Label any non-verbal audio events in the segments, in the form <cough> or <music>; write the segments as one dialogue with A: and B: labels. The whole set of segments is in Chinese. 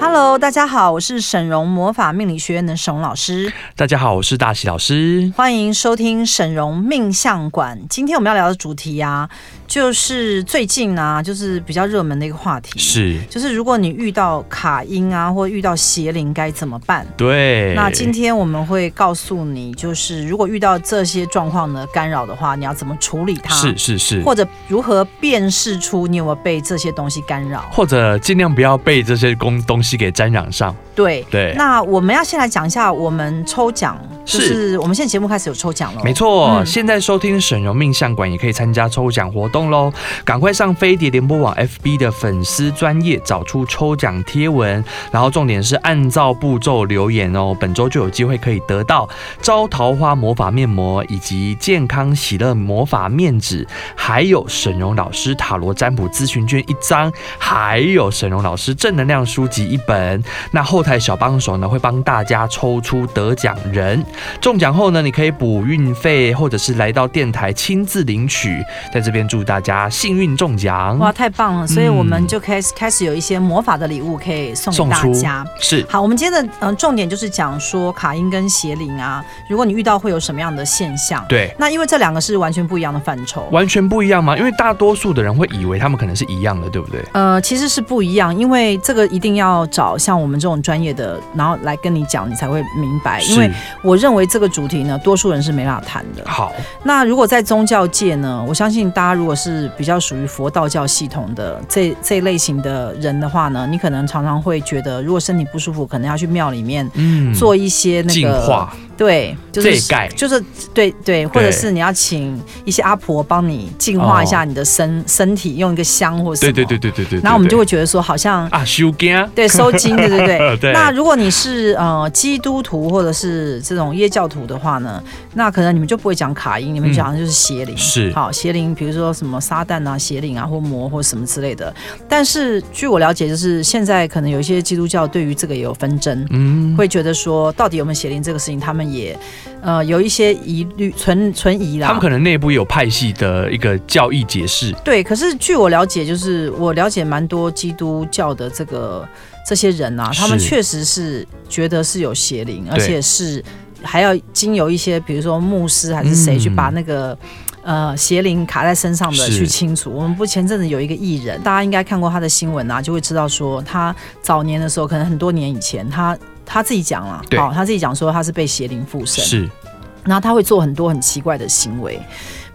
A: Hello，大家好，我是沈荣魔法命理学院的沈荣老师，
B: 大家好，我是大喜老师。
A: 欢迎收听沈荣命相馆。今天我们要聊的主题啊，就是最近啊，就是比较热门的一个话题，
B: 是，
A: 就是如果你遇到卡音啊，或遇到邪灵该怎么办？
B: 对。
A: 那今天我们会告诉你，就是如果遇到这些状况的干扰的话，你要怎么处理它？
B: 是，是是，
A: 啊或者如何辨识出你有没有被这些东西干扰？
B: 或者尽量不要被这些公东西给沾染上。
A: 对。
B: 对，
A: 那我们要先来讲一下我们抽奖，就是我们现在节目开始有抽奖了，
B: 没错，
A: 嗯
B: 现在收听沈荣命相馆也可以参加抽奖活动喽！赶快上飞碟联播网 FB 的粉丝专业找出抽奖贴文，然后重点是按照步骤留言哦，本周就有机会可以得到招桃花魔法面膜以及健康喜乐魔法面纸，还有沈荣老师塔罗占卜咨询券一张，还有沈荣老师正能量书籍一本。那后台小帮手呢会帮大家抽出得奖人，中奖后呢，你可以补运费，或者是来到电台亲自领取。在这边祝大家幸运中奖，
A: 哇，太棒了！所以我们就开始、开始有一些魔法的礼物可以送
B: 嗯
A: 给
B: 送
A: 大
B: 出
A: 家。
B: 是
A: 好，我们今天的嗯、呃重点就是讲说卡因跟邪灵啊，如果你遇到会有什么样的现象？
B: 对，
A: 那因为这两个是完全不一样的范畴。
B: 完全不一样吗？因为大多数的人会以为他们可能是一样的，对不对？
A: 呃，其实是不一样，因为这个一定要找像我们这种专业的，然后来跟你讲，你才会明白。因为我认为这个主题呢，多数人是没办法谈的。
B: 好，
A: 那如果在宗教界呢，我相信大家如果是比较属于佛道教系统的这这一类型的人的话呢，你可能常常会觉得，如果身体不舒服，可能要去庙里面
B: 嗯，
A: 做一些那
B: 进
A: 个、
B: 化，
A: 对，就是
B: 这盖
A: 就是对对，或者是你要请一些阿婆帮你净化一下你的身、身体，用一个香或什
B: 对
A: 么。
B: 对对对对对。
A: 然后我们就
B: 对
A: 会觉得说，好像
B: 啊，修干，
A: 对收金，对对对。
B: 对
A: 那如果你是呃基督徒或者是这种耶教徒的话呢，那可能你们就不会讲卡因，你们讲的就是邪灵。
B: 是
A: 好邪灵，比如说什么撒旦啊、邪灵啊或魔或什么之类的。但是据我了解，就是现在可能有一些基督教对于这个也有纷争。
B: 嗯，
A: 会觉得说，到底有没有邪灵这个事情，他们也呃有一些疑虑、存存疑啦。
B: 他们可能内部有派系的一个教义解释，
A: 对，可是据我了解，就是我了解蛮多基督教的这个这些人啊，
B: 是
A: 他们确实是觉得是有邪灵，而
B: 对
A: 且是还要经由一些，比如说牧师还是谁
B: 嗯
A: 去把那个。呃，邪灵卡在身上的
B: 是
A: 去清除。我们不前阵子有一个艺人，大家应该看过他的新闻啊，就会知道说他早年的时候，可能很多年以前，他他自己讲了，
B: 对
A: 好、他自己讲说他是被邪灵附身，
B: 是
A: 然后他会做很多很奇怪的行为，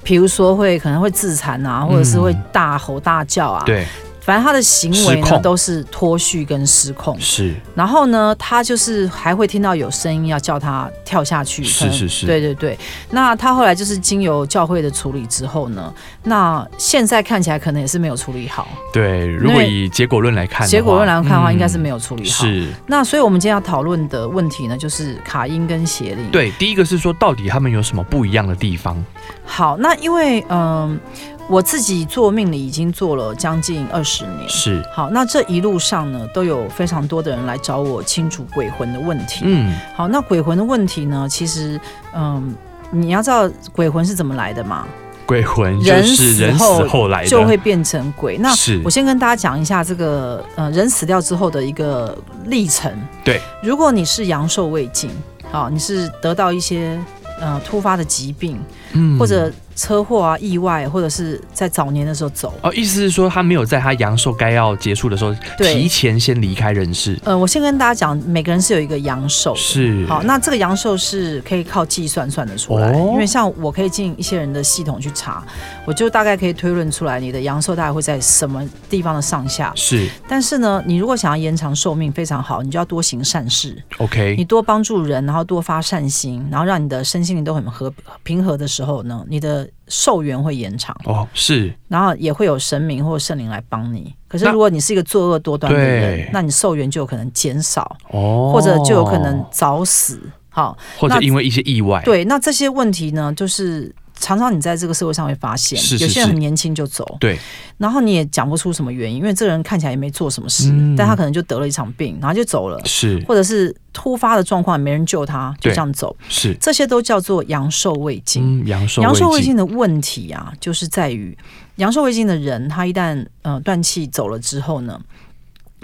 A: 比如说会可能会自残啊，或者是会大吼大叫啊，，
B: 嗯对，
A: 反正他的行为
B: 失
A: 呢
B: 控
A: 都是脱序跟失控。
B: 是
A: 然后呢，他就是还会听到有声音要叫他跳下去，
B: 是
A: 可能
B: 是是
A: 对对对。那他后来就是经由教会的处理之后呢，那现在看起来可能也是没有处理好，
B: 对。如果
A: 因为
B: 以结果论来看的话，
A: 结果论来看的话，
B: 嗯
A: 应该是没有处理好。
B: 是
A: 那所以我们今天要讨论的问题呢，就是卡因跟邪灵。
B: 对，第一个是说，到底他们有什么不一样的地方？
A: 好，那因为嗯、我自己做命理已经做了将近二十年。
B: 是，
A: 好，那这一路上呢，都有非常多的人来找我清除鬼魂的问题。
B: 嗯，
A: 好，那鬼魂的问题呢，其实嗯、你要知道鬼魂是怎么来的嘛，
B: 鬼魂就
A: 人
B: 是
A: 死
B: 人死
A: 后
B: 后来的，
A: 就会变成鬼。那
B: 是
A: 我先跟大家讲一下这个呃人死掉之后的一个历程。
B: 对，
A: 如果你是阳寿未尽，好，你是得到一些呃突发的疾病，
B: 嗯
A: 或者车祸啊、意外，或者是在早年的时候走。
B: 哦，意思是说他没有在他阳寿该要结束的时候，
A: 对
B: 提前先离开人世，
A: 呃，我先跟大家讲，每个人是有一个阳寿的。
B: 是
A: 好，那这个阳寿是可以靠计算算得出来，
B: 哦
A: 因为像我可以进一些人的系统去查，我就大概可以推论出来你的阳寿大概会在什么地方的上下。
B: 是
A: 但是呢，你如果想要延长寿命非常好，你就要多行善事，你
B: OK，
A: 多帮助人，然后多发善心，然后让你的身心灵都很和平和的时候呢，你的寿元会延长。
B: 哦，是
A: 然后也会有神明或圣灵来帮你。可是
B: 那
A: 如果你是一个作恶多端的人
B: 对，
A: 那你寿元就有可能减少，
B: 哦，
A: 或者就有可能早死。好，
B: 或者
A: 那
B: 因为一些意外，
A: 对，那这些问题呢，就是常常你在这个社会上会发现，
B: 是是
A: 有些人
B: 是
A: 很年轻就走，
B: 对
A: 然后你也讲不出什么原因，因为这个人看起来也没做什么事，
B: 嗯
A: 但他可能就得了一场病，然后就走了，
B: 是
A: 或者是突发的状况没人救他，就
B: 对
A: 这样走，
B: 是，
A: 这些都叫做阳寿未尽。
B: 嗯，阳寿
A: 阳寿
B: 未
A: 未
B: 尽，
A: 尽的问题啊，就是在于阳寿未尽的人，他一旦呃断气走了之后呢，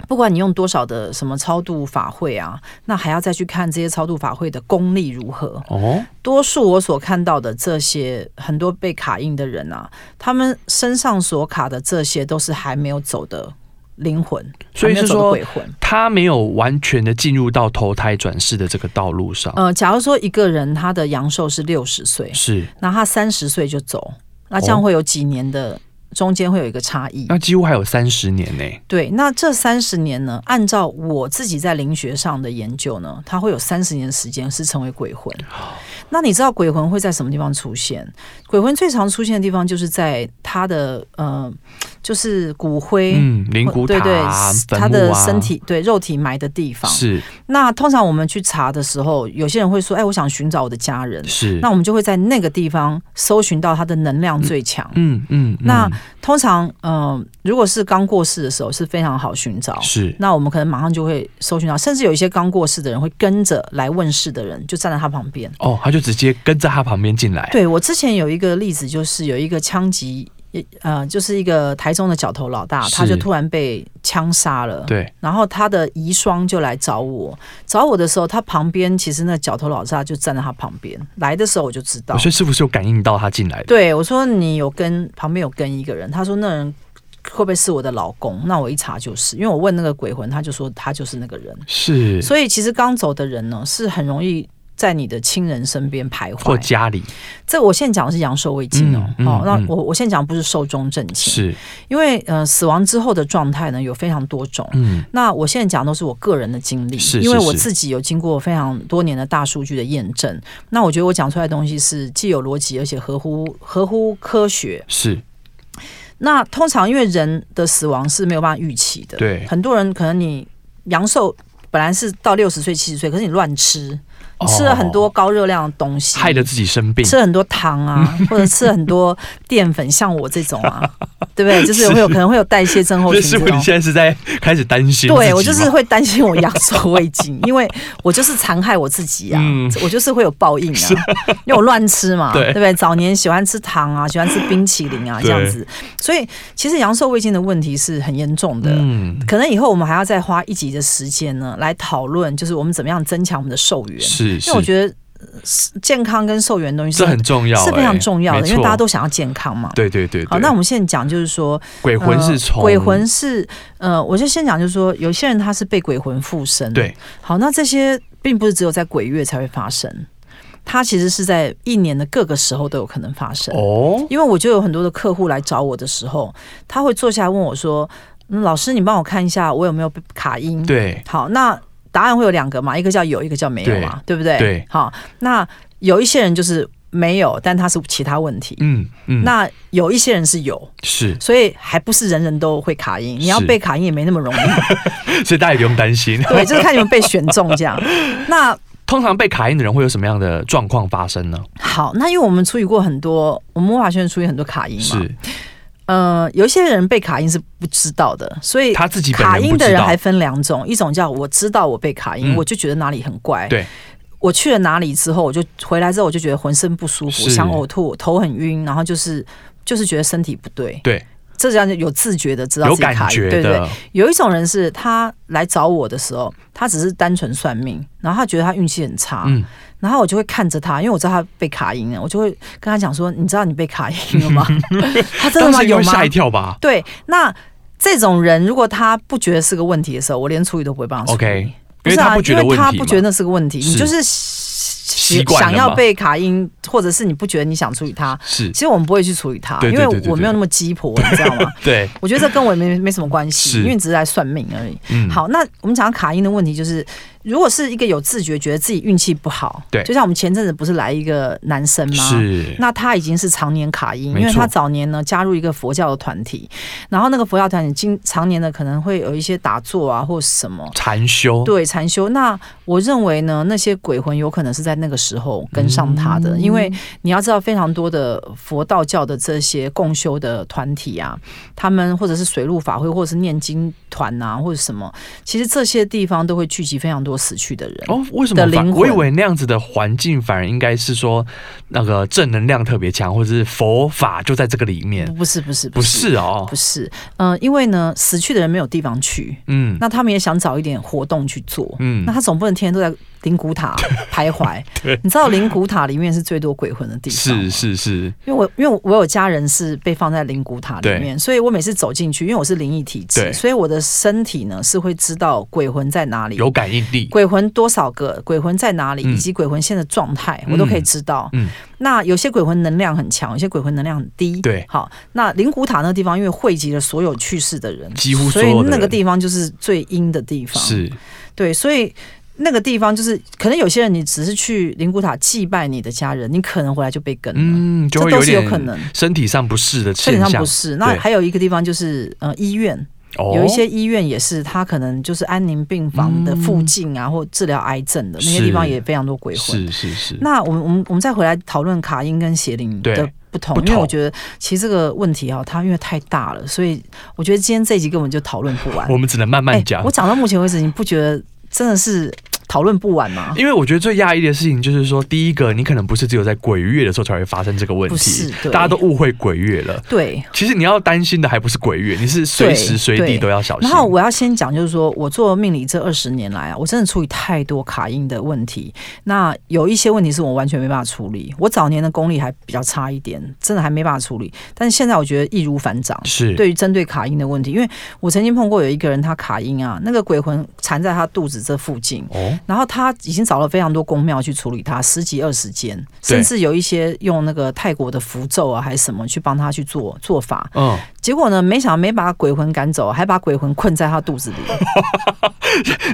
A: 不管你用多少的什么超度法会啊，那还要再去看这些超度法会的功力如何。
B: 哦，
A: 多数我所看到的这些很多被卡印的人啊，他们身上所卡的这些都是还没有走的灵魂，
B: 所以
A: 还没有
B: 是
A: 走的
B: 说
A: 鬼魂。
B: 他没有完全的进入到投胎转世的这个道路上，
A: 呃，假如说一个人他的阳寿是六十岁，
B: 是，
A: 那他三十岁就走，那这样
B: 哦
A: 会有几年的、中间会有一个差异。
B: 那几乎还有三十年呢、
A: 对，那这三十年呢，按照我自己在灵学上的研究呢，它会有三十年时间是成为鬼魂。那你知道鬼魂会在什么地方出现？鬼魂最常出现的地方就是在他的呃，就是骨灰。
B: 嗯，灵骨塔、
A: 对对
B: 啊、，坟
A: 他
B: 墓
A: 的
B: 啊
A: 身体对肉体埋的地方。
B: 是
A: 那通常我们去查的时候，有些人会说：“哎，我想寻找我的家人。”
B: 是，
A: 那我们就会在那个地方搜寻到他的能量最强。
B: 嗯嗯，
A: 那
B: 嗯
A: 通常，嗯、如果是刚过世的时候是非常好寻找。
B: 是
A: 那我们可能马上就会搜寻到，甚至有一些刚过世的人会跟着来问世的人，就站在他旁边。
B: 哦，他就直接跟在他旁边进来，
A: 对我之前有一个例子，就是有一个枪击，呃，就是一个台中的角头老大，
B: 是
A: 他就突然被枪杀了。
B: 对
A: 然后他的遗孀就来找我，找我的时候，他旁边其实那角头老大就站在他旁边。来的时候我就知道
B: 我，所以是不是有感应到他进来的？
A: 对我说你有跟旁边有跟一个人，他说那人会不会是我的老公？那我一查就是，因为我问那个鬼魂，他就说他就是那个人。
B: 是
A: 所以其实刚走的人呢，是很容易在你的亲人身边徘
B: 或
A: 徊。
B: 家里
A: 这我现在讲的是阳寿未尽哦，
B: 嗯嗯
A: 哦，那
B: 嗯
A: 我我现在讲不是寿终正寝，
B: 是
A: 因为呃死亡之后的状态呢有非常多种。
B: 嗯
A: 那我现在讲的都是我个人的经历，
B: 是是
A: 因为我
B: 是
A: 自己有经过非常多年的大数据的验证。那我觉得我讲出来的东西是既有逻辑，而且合乎合乎科学。
B: 是
A: 那通常因为人的死亡是没有办法预期的，
B: 对
A: 很多人可能你阳寿本来是到六十岁、七十岁，可是你乱吃，吃了很多
B: 哦
A: 高热量的东西，
B: 害得自己生病，
A: 吃了很多糖
B: <laughs>
A: 啊，或者吃了很多淀粉，像我这种啊，对不对？就是会有可能会有代谢症候
B: 这是
A: 群这
B: 不是
A: 种
B: 你。现在是在开始担心自己吗？啊
A: 对我就是会担心我阳寿未尽， <laughs> 因为我就是残害我自己啊，
B: 嗯
A: 我就是会有报应啊，因为我乱吃
B: <laughs>
A: 嘛，
B: 对
A: 对不对？早年喜欢吃糖啊，喜欢吃冰淇淋啊，这
B: 对
A: 样子，所以其实阳寿未尽的问题是很严重的。
B: 嗯
A: 可能以后我们还要再花一集的时间呢，来讨论，就是我们怎么样增强我们的寿源。
B: 是
A: 因为我
B: 是，
A: 觉得呃是健康跟寿源的东西
B: 这
A: 是
B: 很重要欸，
A: 是非常重要的，
B: 没
A: 因为大家
B: 错
A: 都想要健康嘛。
B: 对对对。
A: 好，
B: 对
A: 那我们现在讲就是说，
B: 鬼魂
A: 呃
B: 是从
A: 鬼魂是呃，我就先讲，就是说，有些人他是被鬼魂附身。
B: 对，
A: 好，那这些并不是只有在鬼月才会发生，它其实是在一年的各个时候都有可能发生。
B: 哦，
A: 因为我就有很多的客户来找我的时候，他会坐下来问我说：“嗯、老师，你帮我看一下我有没有被卡音？”，
B: 对
A: 好，那答案会有两个嘛，一个叫有，一个叫没有嘛，对不对？
B: 对，
A: 好，那有一些人就是没有，但他是其他问题。
B: 嗯嗯，
A: 那有一些人是有，
B: 是，
A: 所以还不是人人都会卡音，你要
B: 是
A: 被卡音也没那么
B: <laughs>
A: 容易。
B: 所以大家也不用担心。
A: <laughs> 对，就是看你们被选中
B: <laughs>
A: 这样。那
B: 通常被卡因的人会有什么样的状况发生呢？
A: 好，那因为我们处理过很多，我们魔法学院处理很多卡音嘛，
B: 是
A: 呃，有一些人被卡音是不知道的，所以
B: 他自己本
A: 卡
B: 人
A: 音
B: 不
A: 的
B: 知
A: 人
B: 道
A: 还，分两种，一种叫我知道我被卡音，
B: 嗯
A: 我就觉得哪里很怪，
B: 对，
A: 我去了哪里之后，我就回来之后我就觉得浑身不舒服，
B: 是
A: 想呕吐，头很晕，然后就是就是觉得身体不对，
B: 对，
A: 这叫有自觉的知道
B: 有
A: 自己
B: 感
A: 卡音，
B: 觉
A: 对不对？
B: 的，
A: 有一种人是他来找我的时候，他只是单纯算命，然后他觉得他运气很差，
B: 嗯，
A: 然后我就会看着他，因为我知道他被卡音了，我就会跟他讲说：“你知道你被卡音
B: <laughs>
A: 了吗？”他真的
B: 当
A: 吗？
B: 时你
A: 有
B: 会
A: 吗
B: 吓一？跳吧？
A: 对，那这种人如果他不觉得是个问题的时候，我连处理都不会帮他处理。
B: OK，
A: 不
B: 因为
A: 是啊，
B: 他不觉得
A: 因为
B: 问
A: 他
B: 题
A: 不
B: 嘛
A: 觉得那是个问题，你
B: 是
A: 就是
B: 习
A: 习
B: 惯了
A: 想
B: 嘛
A: 要被卡音，或者是你不觉得你想处理他，
B: 是
A: 其，实我们不会去处理他，
B: 对对对
A: 因
B: 对
A: 为
B: 对
A: 我没有那么鸡婆，你知道吗？
B: 对，
A: 我觉得这跟我也没没什么关系，
B: 是
A: 因为你只是来算命而已。
B: 嗯，
A: 好，那我们讲到卡因的问题，就是如果是一个有自觉，觉得自己运气不好，
B: 对
A: 就像我们前阵子不是来一个男生吗？
B: 是
A: 那他已经是常年卡音，
B: 没错
A: 因为他早年呢加入一个佛教的团体，然后那个佛教团体经常年的可能会有一些打坐啊或什么，
B: 禅修，
A: 对禅修。那我认为呢，那些鬼魂有可能是在那个时候跟上他
B: 嗯
A: 的，因为你要知道，非常多的佛道教的这些共修的团体啊，他们或者是水陆法会，或者是念经团啊，或者什么，其实这些地方都会聚集非常多死去的人。
B: 哦，为什
A: 的
B: 么
A: 灵
B: 反？
A: 魂
B: 我以为那样子的环境反而应该是说那个正能量特别强，或者是佛法就在这个里面，
A: 不是不是
B: 不是哦
A: 嗯不，是，嗯、因为呢，死去的人没有地方去，
B: 嗯
A: 那他们也想找一点活动去做。
B: 嗯
A: 那，他总不能天天都在灵骨塔徘徊
B: <laughs> 对，
A: 你知道灵骨塔里面是最多鬼魂的地方吗，
B: 是是是，
A: 因为我因为我有家人是被放在灵骨塔里面，所以我每次走进去，因为我是灵异体质，
B: 对
A: 所以我的身体呢是会知道鬼魂在哪里，
B: 有感应力，
A: 鬼魂多少个，鬼魂在哪里，
B: 嗯
A: 以及鬼魂现在的状态，我都可以知道。
B: 嗯嗯
A: 那有些鬼魂能量很强，有些鬼魂能量很低。
B: 对
A: 好，那灵骨塔那地方，因为汇集了所有去世的人，
B: 几乎
A: 所
B: 所
A: 以
B: 有的人
A: 那个地方就是最阴的地方。
B: 是
A: 对，所以。那个地方就是，可能有些人你只是去灵骨塔祭拜你的家人，你可能回来就被跟了，
B: 嗯，就
A: 这
B: 会
A: 都
B: 有
A: 是有
B: 点
A: 可能。
B: 身体上不适的
A: 基本
B: 现
A: 上
B: 象
A: 不，是。那
B: 对
A: 还有一个地方就是呃医院，
B: 哦
A: 有一些医院也是，它可能就是安宁病房的附近啊，或治疗癌症的那
B: 嗯
A: 些
B: 是
A: 地方也非常多鬼魂。
B: 是是是，
A: 那我们我们我们再回来讨论卡因跟邪灵的
B: 对
A: 不同，
B: 不同
A: 因为我觉得其实这个问题啊，它因为太大了，所以我觉得今天这一集根本就讨论不完。
B: <laughs> 我们只能慢慢讲
A: 哎我。讲到目前为止，你不觉得真的是讨论不完吗？
B: 因为我觉得最压抑的事情就是说，第一个，你可能不是只有在鬼月的时候才会发生这个问
A: 不是
B: 题，
A: 对
B: 大家都误会鬼月了。
A: 对，
B: 其实你要担心的还不是鬼月，你是随时随
A: 对对
B: 地都要小心。
A: 然后我要先讲，就是说我做命理这二十年来啊，我真的处理太多卡因的问题。那有一些问题是我完全没办法处理，我早年的功力还比较差一点，真的还没办法处理。但是现在我觉得易如反掌。
B: 是
A: 对于针对卡因的问题，因为我曾经碰过有一个人，他卡因啊，那个鬼魂缠在他肚子这附近，
B: 哦，
A: 然后他已经找了非常多宫庙去处理他，十几二十间，甚
B: 对
A: 至有一些用那个泰国的符咒啊还是什么去帮他去做做法，
B: 嗯，
A: 结果呢，没想到没把鬼魂赶走，还把鬼魂困在他肚子里。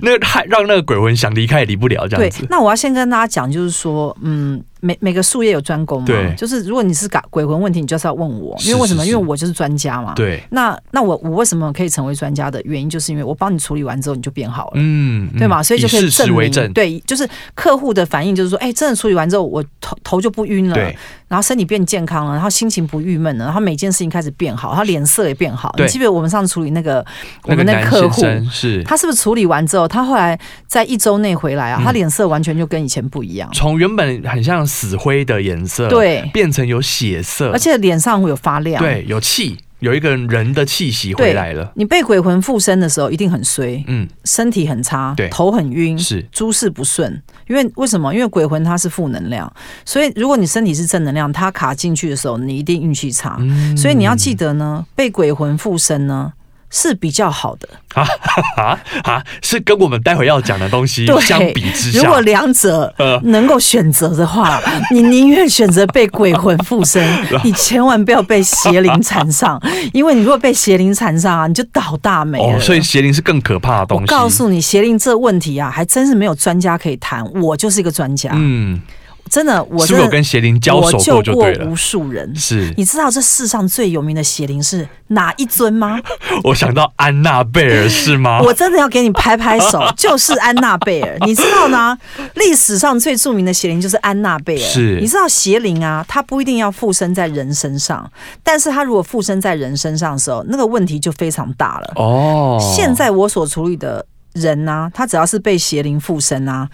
B: 那还让那个鬼魂想离开也离不了这样
A: 对
B: 子，。
A: 那我要先跟大家讲，就是说，嗯，每每个术业有专攻嘛，
B: 对
A: 就是如果你是搞鬼魂问题，你就是要问我，因
B: 是
A: 为
B: 是
A: 为什么？
B: 是
A: 因为我就是专家嘛。。
B: 对，
A: 那那我我为什么可以成为专家的原因，就是因为我帮你处理完之后，你就变好了。
B: 嗯，
A: 对嘛？
B: 嗯
A: 所以就可
B: 事
A: 以
B: 实
A: 证
B: 为
A: 明，
B: 证，
A: 对，就是客户的反应就是说，哎、真的处理完之后，我头头就不晕了，
B: 对，
A: 然后身体变健康了，然后心情不郁闷了，然后每件事情开始变好，他脸色也变好。你
B: 对
A: 记不记得我们上次处理那个我
B: 那个
A: 们
B: 男
A: 客
B: 先
A: 户，
B: 生是
A: 他是不是处理完之后，他后来在一周内回来啊，
B: 嗯
A: 他脸色完全就跟以前不一样，
B: 从原本很像死灰的颜色，，
A: 对，
B: 变成有血色，
A: 而且脸上会有发亮。，
B: 啊对有气，有一个人的气息回来了。
A: 你被鬼魂附身的时候，一定很衰，
B: 嗯，
A: 身体很差
B: 对，
A: 头很晕。
B: 是
A: 诸事不顺，因为为什么？因为鬼魂它是负能量，所以如果你身体是正能量，它卡进去的时候，你一定运气差。 <laughs>
B: 嗯
A: 所以你要记得呢，被鬼魂附身呢是比较好的。
B: 啊啊，是跟我们待会要讲的东西
A: <laughs> 对
B: 相比之
A: 如
B: 下呃
A: 果，两者能够选择的
B: <laughs>
A: 话，你宁愿选择被鬼魂附身，你千万不要被邪灵缠
B: <laughs>
A: 上，因为你如果被邪灵缠上啊，你就倒大霉了。
B: 哦，所以邪灵是更可怕的东
A: 我
B: 西。
A: 告诉你，邪灵这问题啊，还真是没有专家可以谈。我就是一个专家，
B: 嗯，
A: 真的，我
B: 是不
A: 真的
B: 是有跟邪灵交手
A: 我
B: 过
A: 救
B: 就
A: 过
B: 对了
A: 无？数人。
B: 是，
A: 你知道这世上最有名的邪灵是哪一尊吗？
B: 我想到安娜贝尔是吗？
A: <laughs> 我真的要给你拍拍
B: <laughs>
A: 手，就是安娜贝尔。你知道呢？历史上最著名的邪灵就是安娜贝尔。
B: 是
A: 你知道邪灵啊，它不一定要附身在人身上，但是它如果附身在人身上的时候，那个问题就非常大了。
B: 哦，
A: 现在我所处理的人呢、他只要是被邪灵附身啊，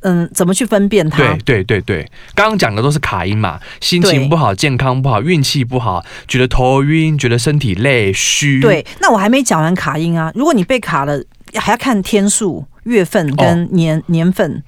A: 嗯，怎么去分辨他？
B: 对对对对，刚刚讲的都是卡因嘛，心情不好、健康不好、运气不好，觉得头晕，觉得身体累虚。
A: 对，那我还没讲完卡因啊。如果你被卡了，还要看天数、月份
B: 哦
A: 跟年、年份。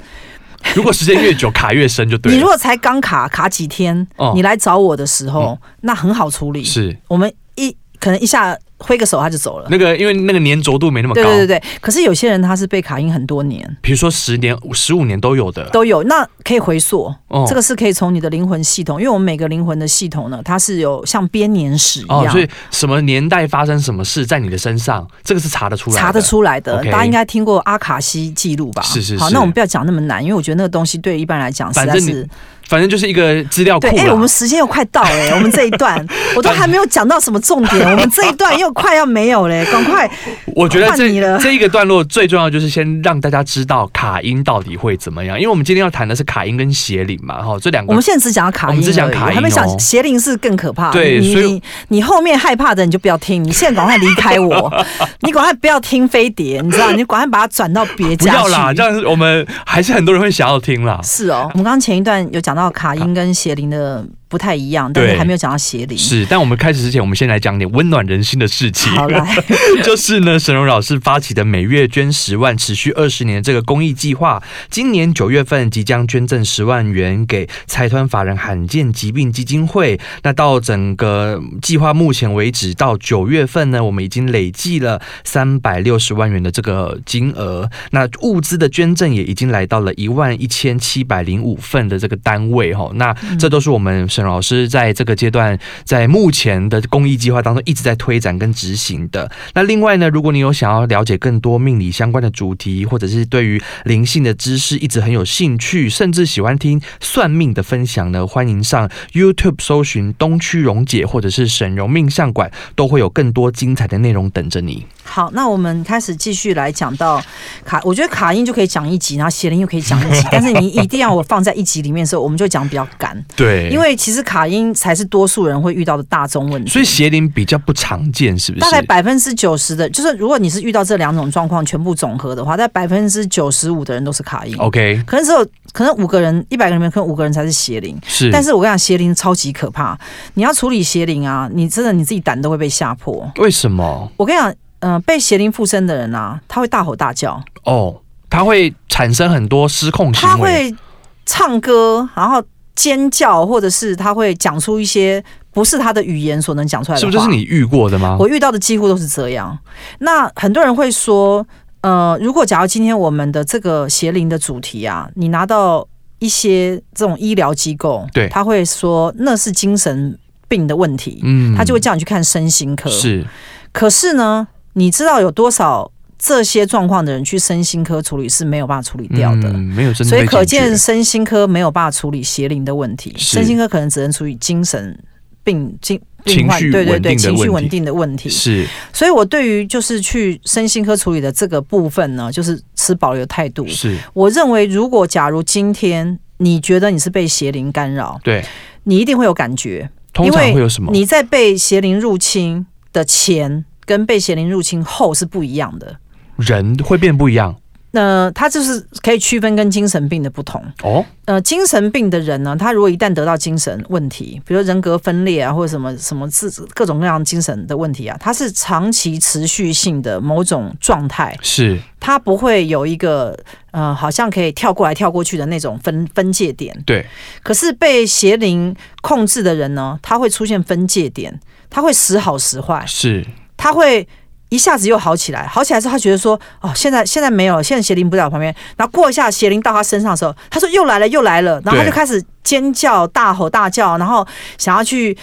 B: 如果时间越久，卡越深就对了。
A: 你如果才刚卡卡几天，
B: 哦嗯
A: 你来找我的时候，那很好处理。
B: 是
A: 我们一可能一下挥个手他就走了。
B: 那个因为那个粘着度没那么高，
A: 对对对对，可是有些人他是被卡印很多年
B: 比如说十年、十五年都有的。
A: 都有，那可以回溯，
B: 哦
A: 这个是可以从你的灵魂系统，因为我们每个灵魂的系统呢，它是有像编年史一
B: 哦，
A: 样。
B: 所以什么年代发生什么事在你的身上，这个是查得出来的，
A: 查得出来的
B: OK
A: 大家应该听过阿卡西记录吧？
B: 是是
A: 好，
B: 是
A: 那我们不要讲那么难，因为我觉得那个东西对一般来讲实
B: 反
A: 在
B: 正
A: 是
B: 反正就是一个资料库
A: 对，
B: 啦。
A: 哎、我们时间又快到了、哎我们这一
B: <laughs>
A: 段我都还没有讲到什么重点，我们这一段又快要没有嘞、哎赶快！
B: 我觉得
A: 换你
B: 这
A: 了
B: 这一个段落最重要就是先让大家知道卡音到底会怎么样，因为我们今天要谈的是卡音跟邪灵嘛，哈，这两
A: 我
B: 个
A: 们现在只讲到卡
B: 我
A: 因
B: 们
A: 而已，
B: 只讲卡因
A: 还没
B: 哦
A: 讲邪灵是更可怕。
B: 对
A: 你
B: 所以
A: 你你后面害怕的你就不要听，你现在赶快离开
B: <laughs>
A: 我，你赶快不要听飞碟，你知道，你赶快把它转到别
B: 不
A: 家去。
B: 要啦，让我们还是很多人会想要听啦。
A: 是哦，我们刚刚前一段有讲到卡因跟邪灵的不太一样，但
B: 对
A: 是还没有讲到邪灵。
B: 是，但我们开始之前，我们先来讲点温暖人心的事情。
A: 好来，
B: <laughs> 就是呢，沈荣老师发起的每月捐十万、持续二十年的这个公益计划，今年九月份即将捐赠十万元给财团法人罕见疾病基金会。那到整个计划目前为止，到九月份呢，我们已经累计了三百六十万元的这个金额。那物资的捐赠也已经来到了一万一千七百零五份的这个单位哈。那这都是我们沈老师在这个阶段，在目前的公益计划当中一直在推展跟执行的。那另外呢，如果你有想要了解更多命理相关的主题，或者是对于灵性的知识一直很有兴趣，甚至喜欢听算命的分享呢，欢迎上 YouTube 搜寻东区荣姐或者是沈荣命相馆，都会有更多精彩的内容等着你。
A: 好，那我们开始继续来讲到卡，我觉得卡因就可以讲一集，然后邪灵又可以讲
B: <laughs>
A: 一集，但是你一定要我放在一集里面的时候，我们就讲比较赶，
B: 对
A: 因为其实卡因才是多数人会遇到的大众问题。
B: 所以邪灵比较不常见，是不是？
A: 大概百分之九十的，就是如果你是遇到这两种状况全部总和的话，在百分之九十五的人都是卡因。
B: OK
A: 可能只有可能五个人，一百个人里面可能五个人才是邪灵。
B: 是，
A: 但是我跟你讲，邪灵超级可怕，你要处理邪灵啊，你真的你自己胆都会被吓破。
B: 为什么？
A: 我跟你讲，嗯、被邪灵附身的人啊，他会大吼大叫，
B: 哦，它会产生很多失控行为，
A: 他会唱歌，然后尖叫，或者是他会讲出一些不是他的语言所能讲出来的
B: 是
A: 话。
B: 不是就是你遇过的吗？
A: 我遇到的几乎都是这样。那很多人会说，呃，如果假如今天我们的这个邪灵的主题啊，你拿到一些这种医疗机构，
B: 对
A: 他会说那是精神病的问题，
B: 嗯
A: 他就会叫你去看身心科。，
B: 是
A: 可是呢，你知道有多少这些状况的人去身心科处理是没有办法处理掉的。
B: 嗯没有真的
A: 所
B: 被
A: 以
B: 解决。
A: 可见，身心科没有办法处理邪灵的问题，
B: 是
A: 身心科可能只能处理精神病、精
B: 情
A: 病患
B: 绪
A: 对对
B: 稳定
A: 对
B: 的
A: 情绪
B: 问
A: 稳
B: 题
A: 定的问题。
B: 是
A: 所以我对于就是去身心科处理的这个部分呢，就是持保留态度。
B: 是，
A: 我认为，如果假如今天你觉得你是被邪灵干扰，
B: 对，
A: 你一定会有感觉，
B: 通
A: 因
B: 常
A: 为
B: 会有什么？
A: 你在被邪灵入侵的前跟被邪灵入侵后是不一样的。
B: 人会变不一样
A: 那它就是可以区分跟精神病的不同。
B: 哦，
A: 呃，精神病的人呢，他如果一旦得到精神问题，比如人格分裂啊，或者什么什么自各种各样精神的问题啊，他是长期持续性的某种状态，
B: 是
A: 他不会有一个呃，好像可以跳过来跳过去的那种分分界点。
B: 对，
A: 可是被邪灵控制的人呢，他会出现分界点，他会时好时坏，
B: 是
A: 他会。一下子又好起来，好起来之后，他觉得说，哦，现在现在没有了，现在邪灵不在我旁边。然后过一下邪灵到他身上的时候，他说又来了，又来了，然后他
B: 对
A: 就开始尖叫、大吼大叫，然后想要去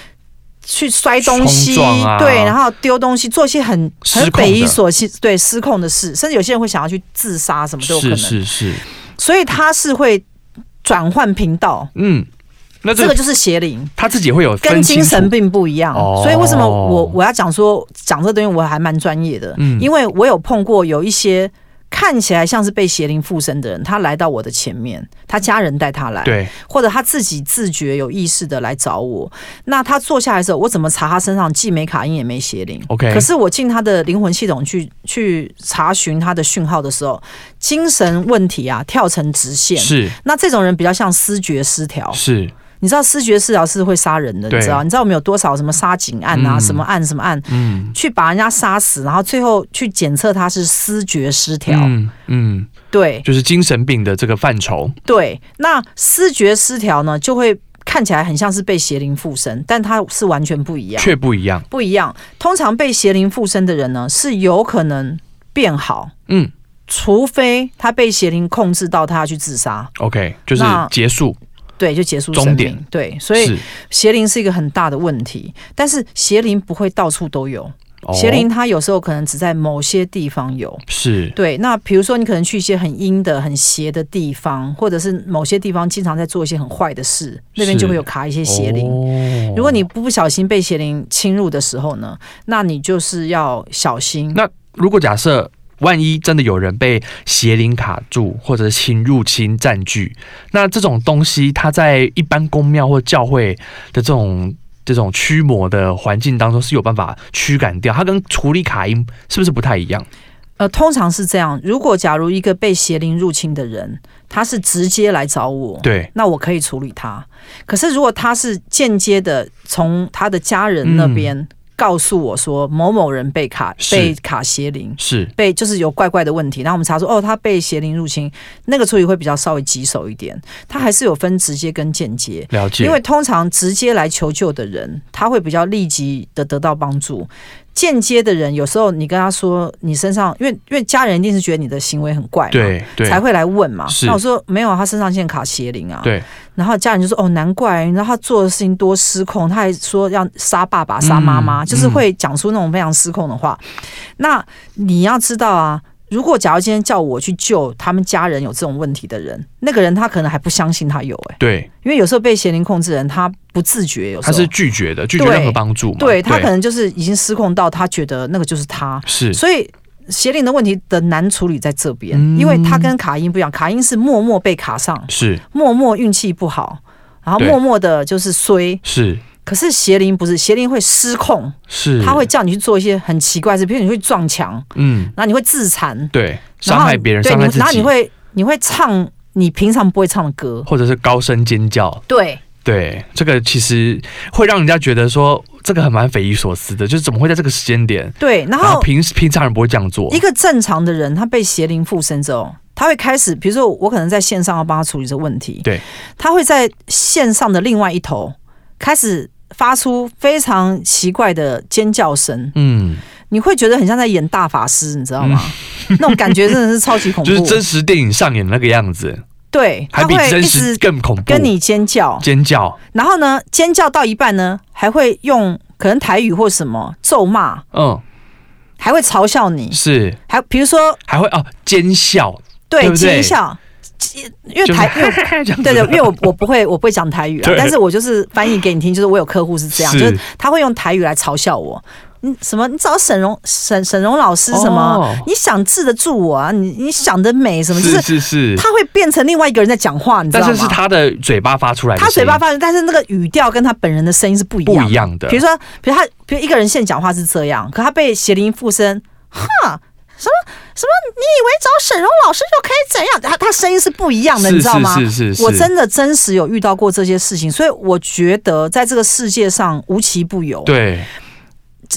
A: 去摔东西，
B: 冲撞啊
A: 对，然后丢东西，做一些很
B: 失
A: 很
B: 控的
A: 匪夷所思、对失控的事，甚至有些人会想要去自杀，什么都有可
B: 是
A: 能。
B: 是是，
A: 所以他是会转换频道，
B: 嗯，那
A: 这
B: 这
A: 个
B: 个
A: 就是邪灵。
B: 他自己会有
A: 跟
B: 分清
A: 精
B: 楚
A: 神病不一样，
B: 哦
A: 所以为什么我我要讲说讲这东西我还蛮专业的，
B: 嗯
A: 因为我有碰过有一些看起来像是被邪灵附身的人，他来到我的前面，他家人带他来，
B: 对
A: 或者他自己自觉有意识的来找我，那他坐下来的时候，我怎么查他身上既没卡因也没邪灵
B: OK
A: 可是我进他的灵魂系统去去查询他的讯号的时候，精神问题啊跳成直线，
B: 是
A: 那这种人比较像思觉失调，
B: 是
A: 你知道视觉失调是会杀人的，
B: 对
A: 你知道？你知道我们有多少什么杀警案啊，
B: 嗯
A: 什么案什么案，
B: 嗯
A: 去把人家杀死，然后最后去检测他是思觉失调。
B: 嗯嗯，
A: 对
B: 就是精神病的这个范畴
A: 对，那思觉失调呢，就会看起来很像是被邪灵附身，但它是完全不一样，
B: 却不一样。
A: 不一样。通常被邪灵附身的人呢，是有可能变好，
B: 嗯
A: 除非他被邪灵控制到他要去自杀，
B: ，OK，就是
A: 那
B: 结束，
A: 对，就结束
B: 终
A: 生
B: 点
A: 命。对，所以
B: 是
A: 邪灵是一个很大的问题，但是邪灵不会到处都有，
B: 哦
A: 邪灵它有时候可能只在某些地方有。
B: 是
A: 对，那比如说你可能去一些很阴的、很邪的地方，或者是某些地方经常在做一些很坏的事，那边
B: 是
A: 就会有卡一些邪灵。
B: 哦
A: 如果你不不小心被邪灵侵入的时候呢，那你就是要小心。
B: 那如果假设万一真的有人被邪灵卡住，或者是侵入侵占据，那这种东西它在一般公庙或教会的这种。这种驱魔的环境当中是有办法驱赶掉，它跟处理卡因是不是不太一样？
A: 呃，通常是这样，如果假如一个被邪灵入侵的人，他是直接来找我，
B: 对，
A: 那我可以处理他。可是如果他是间接的从他的家人那边、告诉我说某某人被卡
B: 嗯是
A: 被卡邪灵。
B: 是
A: 被就是有怪怪的问题，然后我们查出哦，他被邪灵入侵，那个处理会比较稍微棘手一点。他还是有分直接跟间接，
B: 了解，
A: 因为通常直接来求救的人，他会比较立即的得到帮助。间接的人，有时候你跟他说你身上，因为因为家人一定是觉得你的行为很怪嘛，
B: 对对
A: 才会来问嘛。
B: 是
A: 那我说没有啊，他身上现在卡邪灵啊。
B: 对
A: 然后家人就说哦，难怪，然后他做的事情多失控，他还说要杀爸爸、杀妈妈，
B: 嗯
A: 就是会讲出那种非常失控的话。那你要知道啊。如果假如今天叫我去救他们家人有这种问题的人，那个人他可能还不相信他有、欸，
B: 对，
A: 因为有时候被邪灵控制的人，他不自觉，有时
B: 他
A: 候
B: 是拒绝的，拒绝
A: 对
B: 任何帮助嘛？
A: 对他可能就是已经失控到他觉得那个就是他，
B: 是
A: 所以邪灵的问题的难处理在这边，
B: 嗯
A: 因为他跟卡因不一样，卡因是默默被卡上，
B: 是
A: 默默运气不好，然后
B: 对
A: 默默的就是衰，
B: 是
A: 可是邪灵不是，邪灵会失控，
B: 是，
A: 他会叫你去做一些很奇怪的事，比如你会撞墙，
B: 嗯
A: 然后你会自残，
B: 对
A: 然
B: 伤
A: 后
B: 害别人，
A: 对，
B: 伤害
A: 你
B: 自己，
A: 然后你会你会唱你平常不会唱的歌，
B: 或者是高声尖叫，
A: 对。
B: 对，这个其实会让人家觉得说这个很蛮匪夷所思的，就是怎么会在这个时间点，
A: 对，然
B: 然
A: 后
B: 后平平常人不会这样做
A: 哦一，个正常的人，他被邪灵附身之后，他会开始，比如说我可能在线上要帮他处理这个问题，
B: 对，
A: 他会在线上的另外一头开始发出非常奇怪的尖叫声，
B: 嗯，
A: 你会觉得很像在演大法师，你知道吗？那种感觉真的是超级恐
B: <laughs>
A: 怖，
B: 就是真实电影上演的那个样子，
A: 对，
B: 还
A: 他
B: 比
A: 会
B: 真
A: 一
B: 实
A: 直
B: 更恐怖，
A: 跟你尖叫，
B: 尖叫，
A: 然后呢，尖叫到一半呢，还会用可能台语或什么咒骂，
B: 嗯，
A: 还会嘲笑你，
B: 是，
A: 还比如说
B: 还会哦尖笑，对
A: 对
B: 不对
A: 尖笑，因为
B: 就是
A: 台因
B: <laughs>
A: 为
B: 这样子，
A: 对对，因为我我不会我不会讲台语啊
B: 对，
A: 但是我就是翻译给你听，就是我有客户是这样，
B: 是
A: 就是他会用台语来嘲笑我。你什么？你找沈荣沈沈荣老师什么？
B: 哦
A: 你想治得住我啊？你你想得美什么？就是是
B: 是是，
A: 他会变成另外一个人在讲话，你知
B: 但
A: 道吗？
B: 是是他的嘴巴发出来的声
A: 他
B: 音，
A: 嘴巴发出，但是那个语调跟他本人的声音是不一
B: 不
A: 样。
B: 一样的，
A: 比如说，比如他，比如一个人现在讲话是这样，可他被邪灵附身，哈，什么什么？你以为找沈荣老师就可以怎样？他他声音是不一样的，
B: 是
A: 你知道吗？
B: 是是是，
A: 我真的真实有遇到过这些事情，所以我觉得在这个世界上无奇不有，
B: 对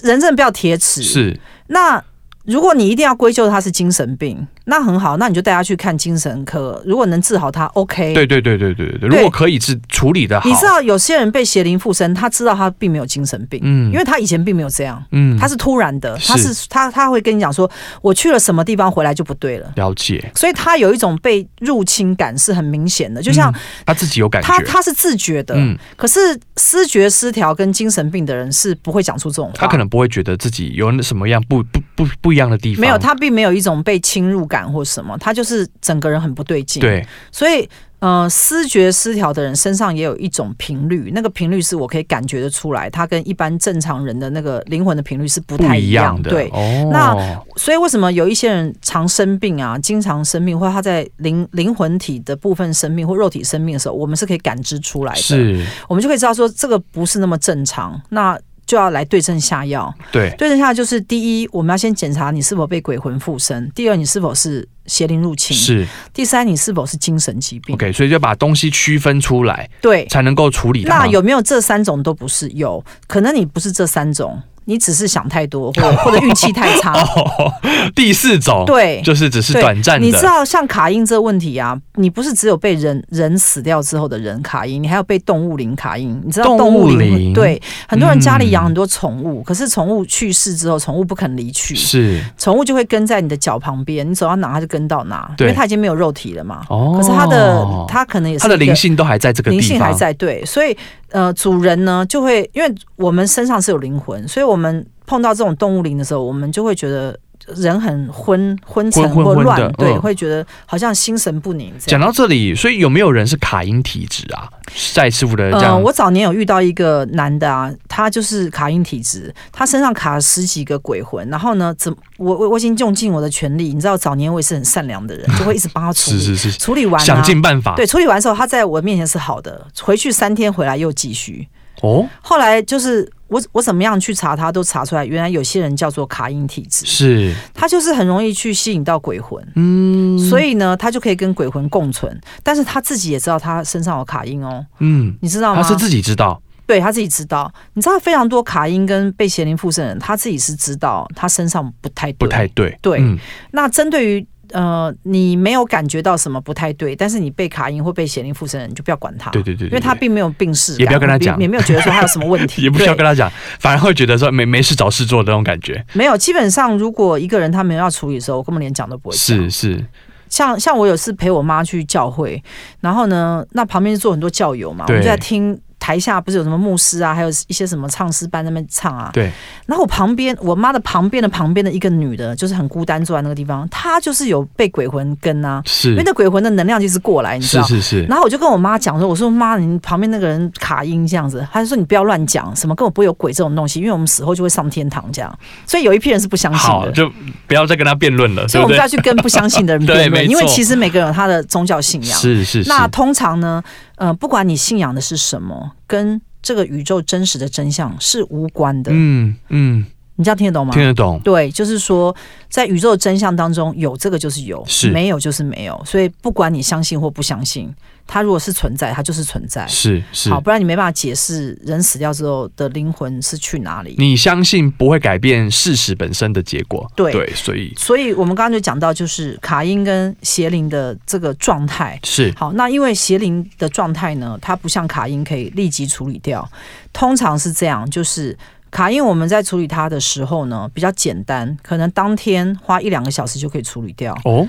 A: 人真的不要铁齿。，
B: 是
A: 那如果你一定要归咎他是精神病，那很好，那你就带他去看精神科，如果能治好他，OK。
B: 对对对对对对对，如
A: 对
B: 果可以是处理的好，
A: 你知道有些人被邪灵附身，他知道他并没有精神病，
B: 嗯
A: 因为他以前并没有这样，
B: 嗯
A: 他是突然的，
B: 是
A: 他是他他会跟你讲说，我去了什么地方回来就不对了。
B: 了解，
A: 所以他有一种被入侵感是很明显的，就像
B: 嗯他自己有感觉，
A: 他他是自觉的，
B: 嗯，
A: 可是思觉失调跟精神病的人是不会讲出这种话，
B: 他可能不会觉得自己有什么样不不不不一样的地方，
A: 没有，他并没有一种被侵入感或什么，他就是整个人很不对劲。，
B: 对
A: 所以呃，思觉失调的人身上也有一种频率，那个频率是我可以感觉得出来，他跟一般正常人的那个灵魂的频率是不
B: 不
A: 太
B: 一样的，
A: 对，
B: 哦，
A: 那所以为什么有一些人常生病啊，经常生病，或他在灵灵魂体的部分生病或肉体生病的时候，我们是可以感知出来的。
B: 是
A: 我们就可以知道说这个不是那么正常，那就要来对症下药。
B: 对
A: 对症下药就是第一，我们要先检查你是否被鬼魂附身；第二，你是否是邪灵入侵；
B: 是
A: 第三，你是否是精神疾病。
B: OK，所以就把东西区分出来，
A: 对，
B: 才能够处理它。
A: 那有没有这三种都不是？有可能你不是这三种，你只是想太多，或或者运气太
B: <laughs>
A: 差。
B: 哦，第四种，
A: 对
B: 就是只是
A: 对
B: 短暂的。
A: 你知道像卡因这个问题啊，你不是只有被人人死掉之后的人卡因，你还有被动物灵卡因。你知道
B: 动
A: 动
B: 物
A: 物
B: 灵
A: 灵对很多人家里养
B: 嗯
A: 很多宠物，可是宠物去世之后，宠物不肯离去，
B: 是
A: 宠物就会跟在你的脚旁边，你走到哪它就跟到哪，因
B: 对
A: 为它已经没有肉体了嘛。
B: 哦，
A: 可是它的它可能也是
B: 它的
A: 一个
B: 灵性都还在这个地
A: 灵
B: 方，
A: 性还在，对，所以呃，主人呢就会，因为我们身上是有灵魂，所以我们碰到这种动物灵的时候，我们就会觉得人很昏昏沉
B: 昏昏
A: 或
B: 昏
A: 乱，
B: 的
A: 对，
B: 嗯
A: 会觉得好像心神不宁这
B: 讲
A: 样。
B: 到这里，所以有没有人是卡因体质啊？在师傅的这
A: 呃，
B: 样，
A: 我早年有遇到一个男的啊，他就是卡因体质，他身上卡了十几个鬼魂，然后呢，怎我我我已经用尽我的全力，你知道早年我也是很善良的人，就会一直帮他处
B: 是
A: 理，
B: 是是，
A: 处理完、啊、
B: 想尽办法。
A: 对处理完之后，他在我面前是好的，回去三天回来又继续，
B: 哦，
A: 后来就是我我怎么样去查他都查出来，原来有些人叫做卡因体质，
B: 是，
A: 他就是很容易去吸引到鬼魂，
B: 嗯，
A: 所
B: 以，
A: 以呢，他就可以跟鬼魂共存。但是他自己也知道他身上有卡因哦，
B: 嗯，
A: 你知道
B: 他
A: 吗？
B: 是自己知道，
A: 对他自己知道，你知道非常多卡因跟被邪灵附身的人，他自己是知道他身上不太对
B: 不太对，
A: 对
B: 嗯，
A: 那针对于。呃，你没有感觉到什么不太对，但是你被卡因或被邪灵附身的人，你就不要管他，
B: 对对对对
A: 因为他
B: 对
A: 并没有病逝感，
B: 也不要跟他讲
A: 也没有觉得说他有什么问
B: <laughs>
A: 题，
B: 也不需要
A: 对
B: 跟他讲，反而会觉得说没没事找事做的那种感觉。
A: 没有，基本上如果一个人他没有要处理的时候，我根本连讲都不会讲。
B: 是是，
A: 像像我有次陪我妈去教会，然后呢，那旁边坐很多教友嘛，我
B: 对
A: 们就在听台下不是有什么牧师啊，还有一些什么唱诗班在那边唱啊。
B: 对，
A: 然后我旁边我妈的旁边的旁边的一个女的，就是很孤单坐在那个地方，她就是有被鬼魂跟啊，因为
B: 是
A: 那鬼魂的能量就是过来，你知
B: 是
A: 道。
B: 是是，
A: 然后我就跟我妈讲说：“我说妈，你旁边那个人卡音这样子。”她就说：“你不要乱讲，什么根本不会有鬼这种东西，因为我们死后就会上天堂这样。”所以有一批人是不相信
B: 好，
A: 的。
B: 就不要再跟他辩论了，对
A: 所以我
B: 不对
A: 们就要？去跟不相信的人
B: 对
A: 辩论，
B: 没
A: 因为
B: 错
A: 其实每个人有他的宗教信仰。
B: 是是是，
A: 那通常呢，呃，不管你信仰的是什么，跟这个宇宙真实的真相是无关的。
B: 嗯嗯，
A: 你这样听得懂吗
B: 听？得懂，
A: 对，就是说，在宇宙的真相当中，有这个就是有，
B: 是
A: 没有就是没有。所以不管你相信或不相信，它如果是存在，它就是存在。
B: 是是
A: 好，。不然你没办法解释人死掉之后的灵魂是去哪里。
B: 你相信不会改变事实本身的结果，
A: 对
B: 所以
A: 所以我们刚刚就讲到，就是卡因跟邪灵的这个状态，
B: 是
A: 好，那因为邪灵的状态呢，它不像卡因可以立即处理掉，通常是这样，就是卡因我们在处理它的时候呢，比较简单，可能当天花一两个小时就可以处理掉，
B: 哦。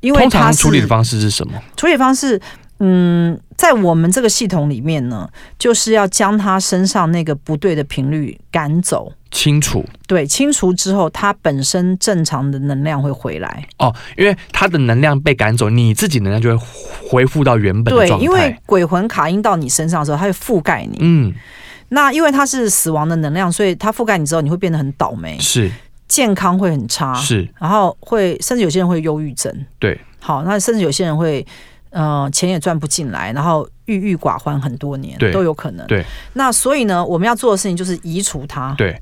A: 因为
B: 通
A: 它
B: 常
A: 是
B: 处理的方式是什么？
A: 处理方式。嗯，在我们这个系统里面呢，就是要将它身上那个不对的频率赶走，
B: 清楚
A: 对，清除之后，它本身正常的能量会回来。
B: 哦，因为它的能量被赶走，你自己能量就会恢复到原本的
A: 对
B: 状，态。
A: 因为鬼魂卡印到你身上的时候，它会覆盖你，
B: 嗯，
A: 那因为它是死亡的能量，所以它覆盖你之后，你啊会变得很倒霉，
B: 是
A: 健康会很差，
B: 是，
A: 然后会甚至有些人会忧郁症。
B: 对，
A: 好，那甚至有些人会。呃，钱也赚不进来，然后郁郁寡欢很多年
B: 对，
A: 都有可能。
B: 对，
A: 那所以呢，我们要做的事情就是移除它。
B: 对。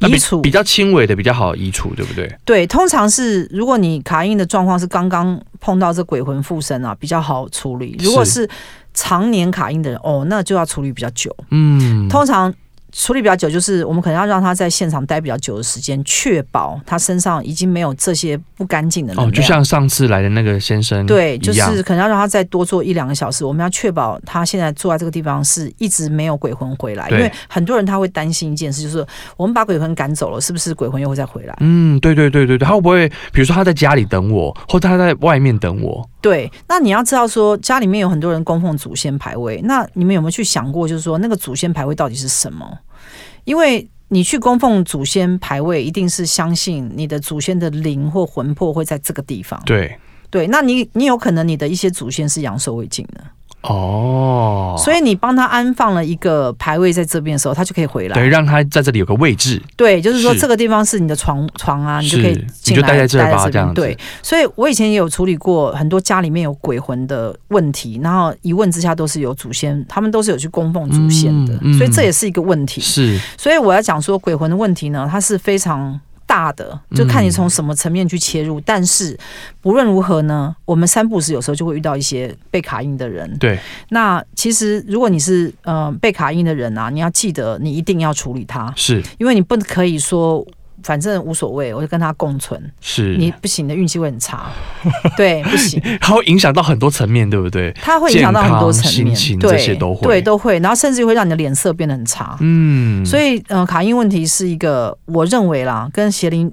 B: 那比
A: 移除
B: 比较轻微的比较好移除，对不对？
A: 对，通常是如果你卡印的状况是刚刚碰到这鬼魂附身啊，比较好处理。如果
B: 是
A: 是常年卡印的人，哦，那就要处理比较久。
B: 嗯，
A: 通常处理比较久，就是我们可能要让他在现场待比较久的时间，确保他身上已经没有这些不干净的
B: 哦，
A: 能量。
B: 就像上次来的那个先生
A: 对，
B: 一
A: 就
B: 样
A: 是可能要让他再多做一两个小时。我们要确保他现在坐在这个地方是一直没有鬼魂回来，因
B: 对
A: 为很多人他会担心一件事，就是我们把鬼魂赶走了，是不是鬼魂又会再回来？
B: 嗯，对对对对对，他会不会比如说他在家里等我，或他在外面等我？
A: 对，那你要知道说，家里面有很多人供奉祖先牌位，那你们有没有去想过，就是说那个祖先牌位到底是什么？因为你去供奉祖先牌位，一定是相信你的祖先的灵或魂魄会在这个地方。
B: 对，
A: 对，那你你有可能你的一些祖先是阳寿未尽的，
B: 哦，
A: 所以你帮他安放了一个牌位在这边的时候，他就可以回
B: 等
A: 来。
B: 于让他在这里有个位置，
A: 对，就是说
B: 是
A: 这个地方是你的床床啊，你就可以
B: 是
A: 进
B: 你就
A: 来
B: 待在这儿吧
A: 边
B: 这样子
A: 对，所以我以前也有处理过很多家里面有鬼魂的问题，然后一问之下都是有祖先，他们都是有去供奉祖先的，
B: 嗯嗯
A: 所以这也是一个问题。
B: 是
A: 所以我要讲说鬼魂的问题呢，它是非常大的，就看你
B: 嗯
A: 从什么层面去切入。但是不论如何呢，我们三步时有时候就会遇到一些被卡印的人。
B: 对，
A: 那其实如果你是呃被卡印的人啊，你要记得你一定要处理他，
B: 是
A: 因为你不可以说反正无所谓，我就跟他共存。
B: 是，
A: 你不行的，运气会很差。 <laughs> 对，不行。
B: 它会影响到很多层面，对不对？
A: 它会影响到很多层
B: 健
A: 面
B: 康心情，
A: 对
B: 这些都会
A: 对都会，然后甚至会让你的脸色变得很差。
B: 嗯，
A: 所
B: 以
A: 以，呃，卡因问题是一个我认为啦，跟邪灵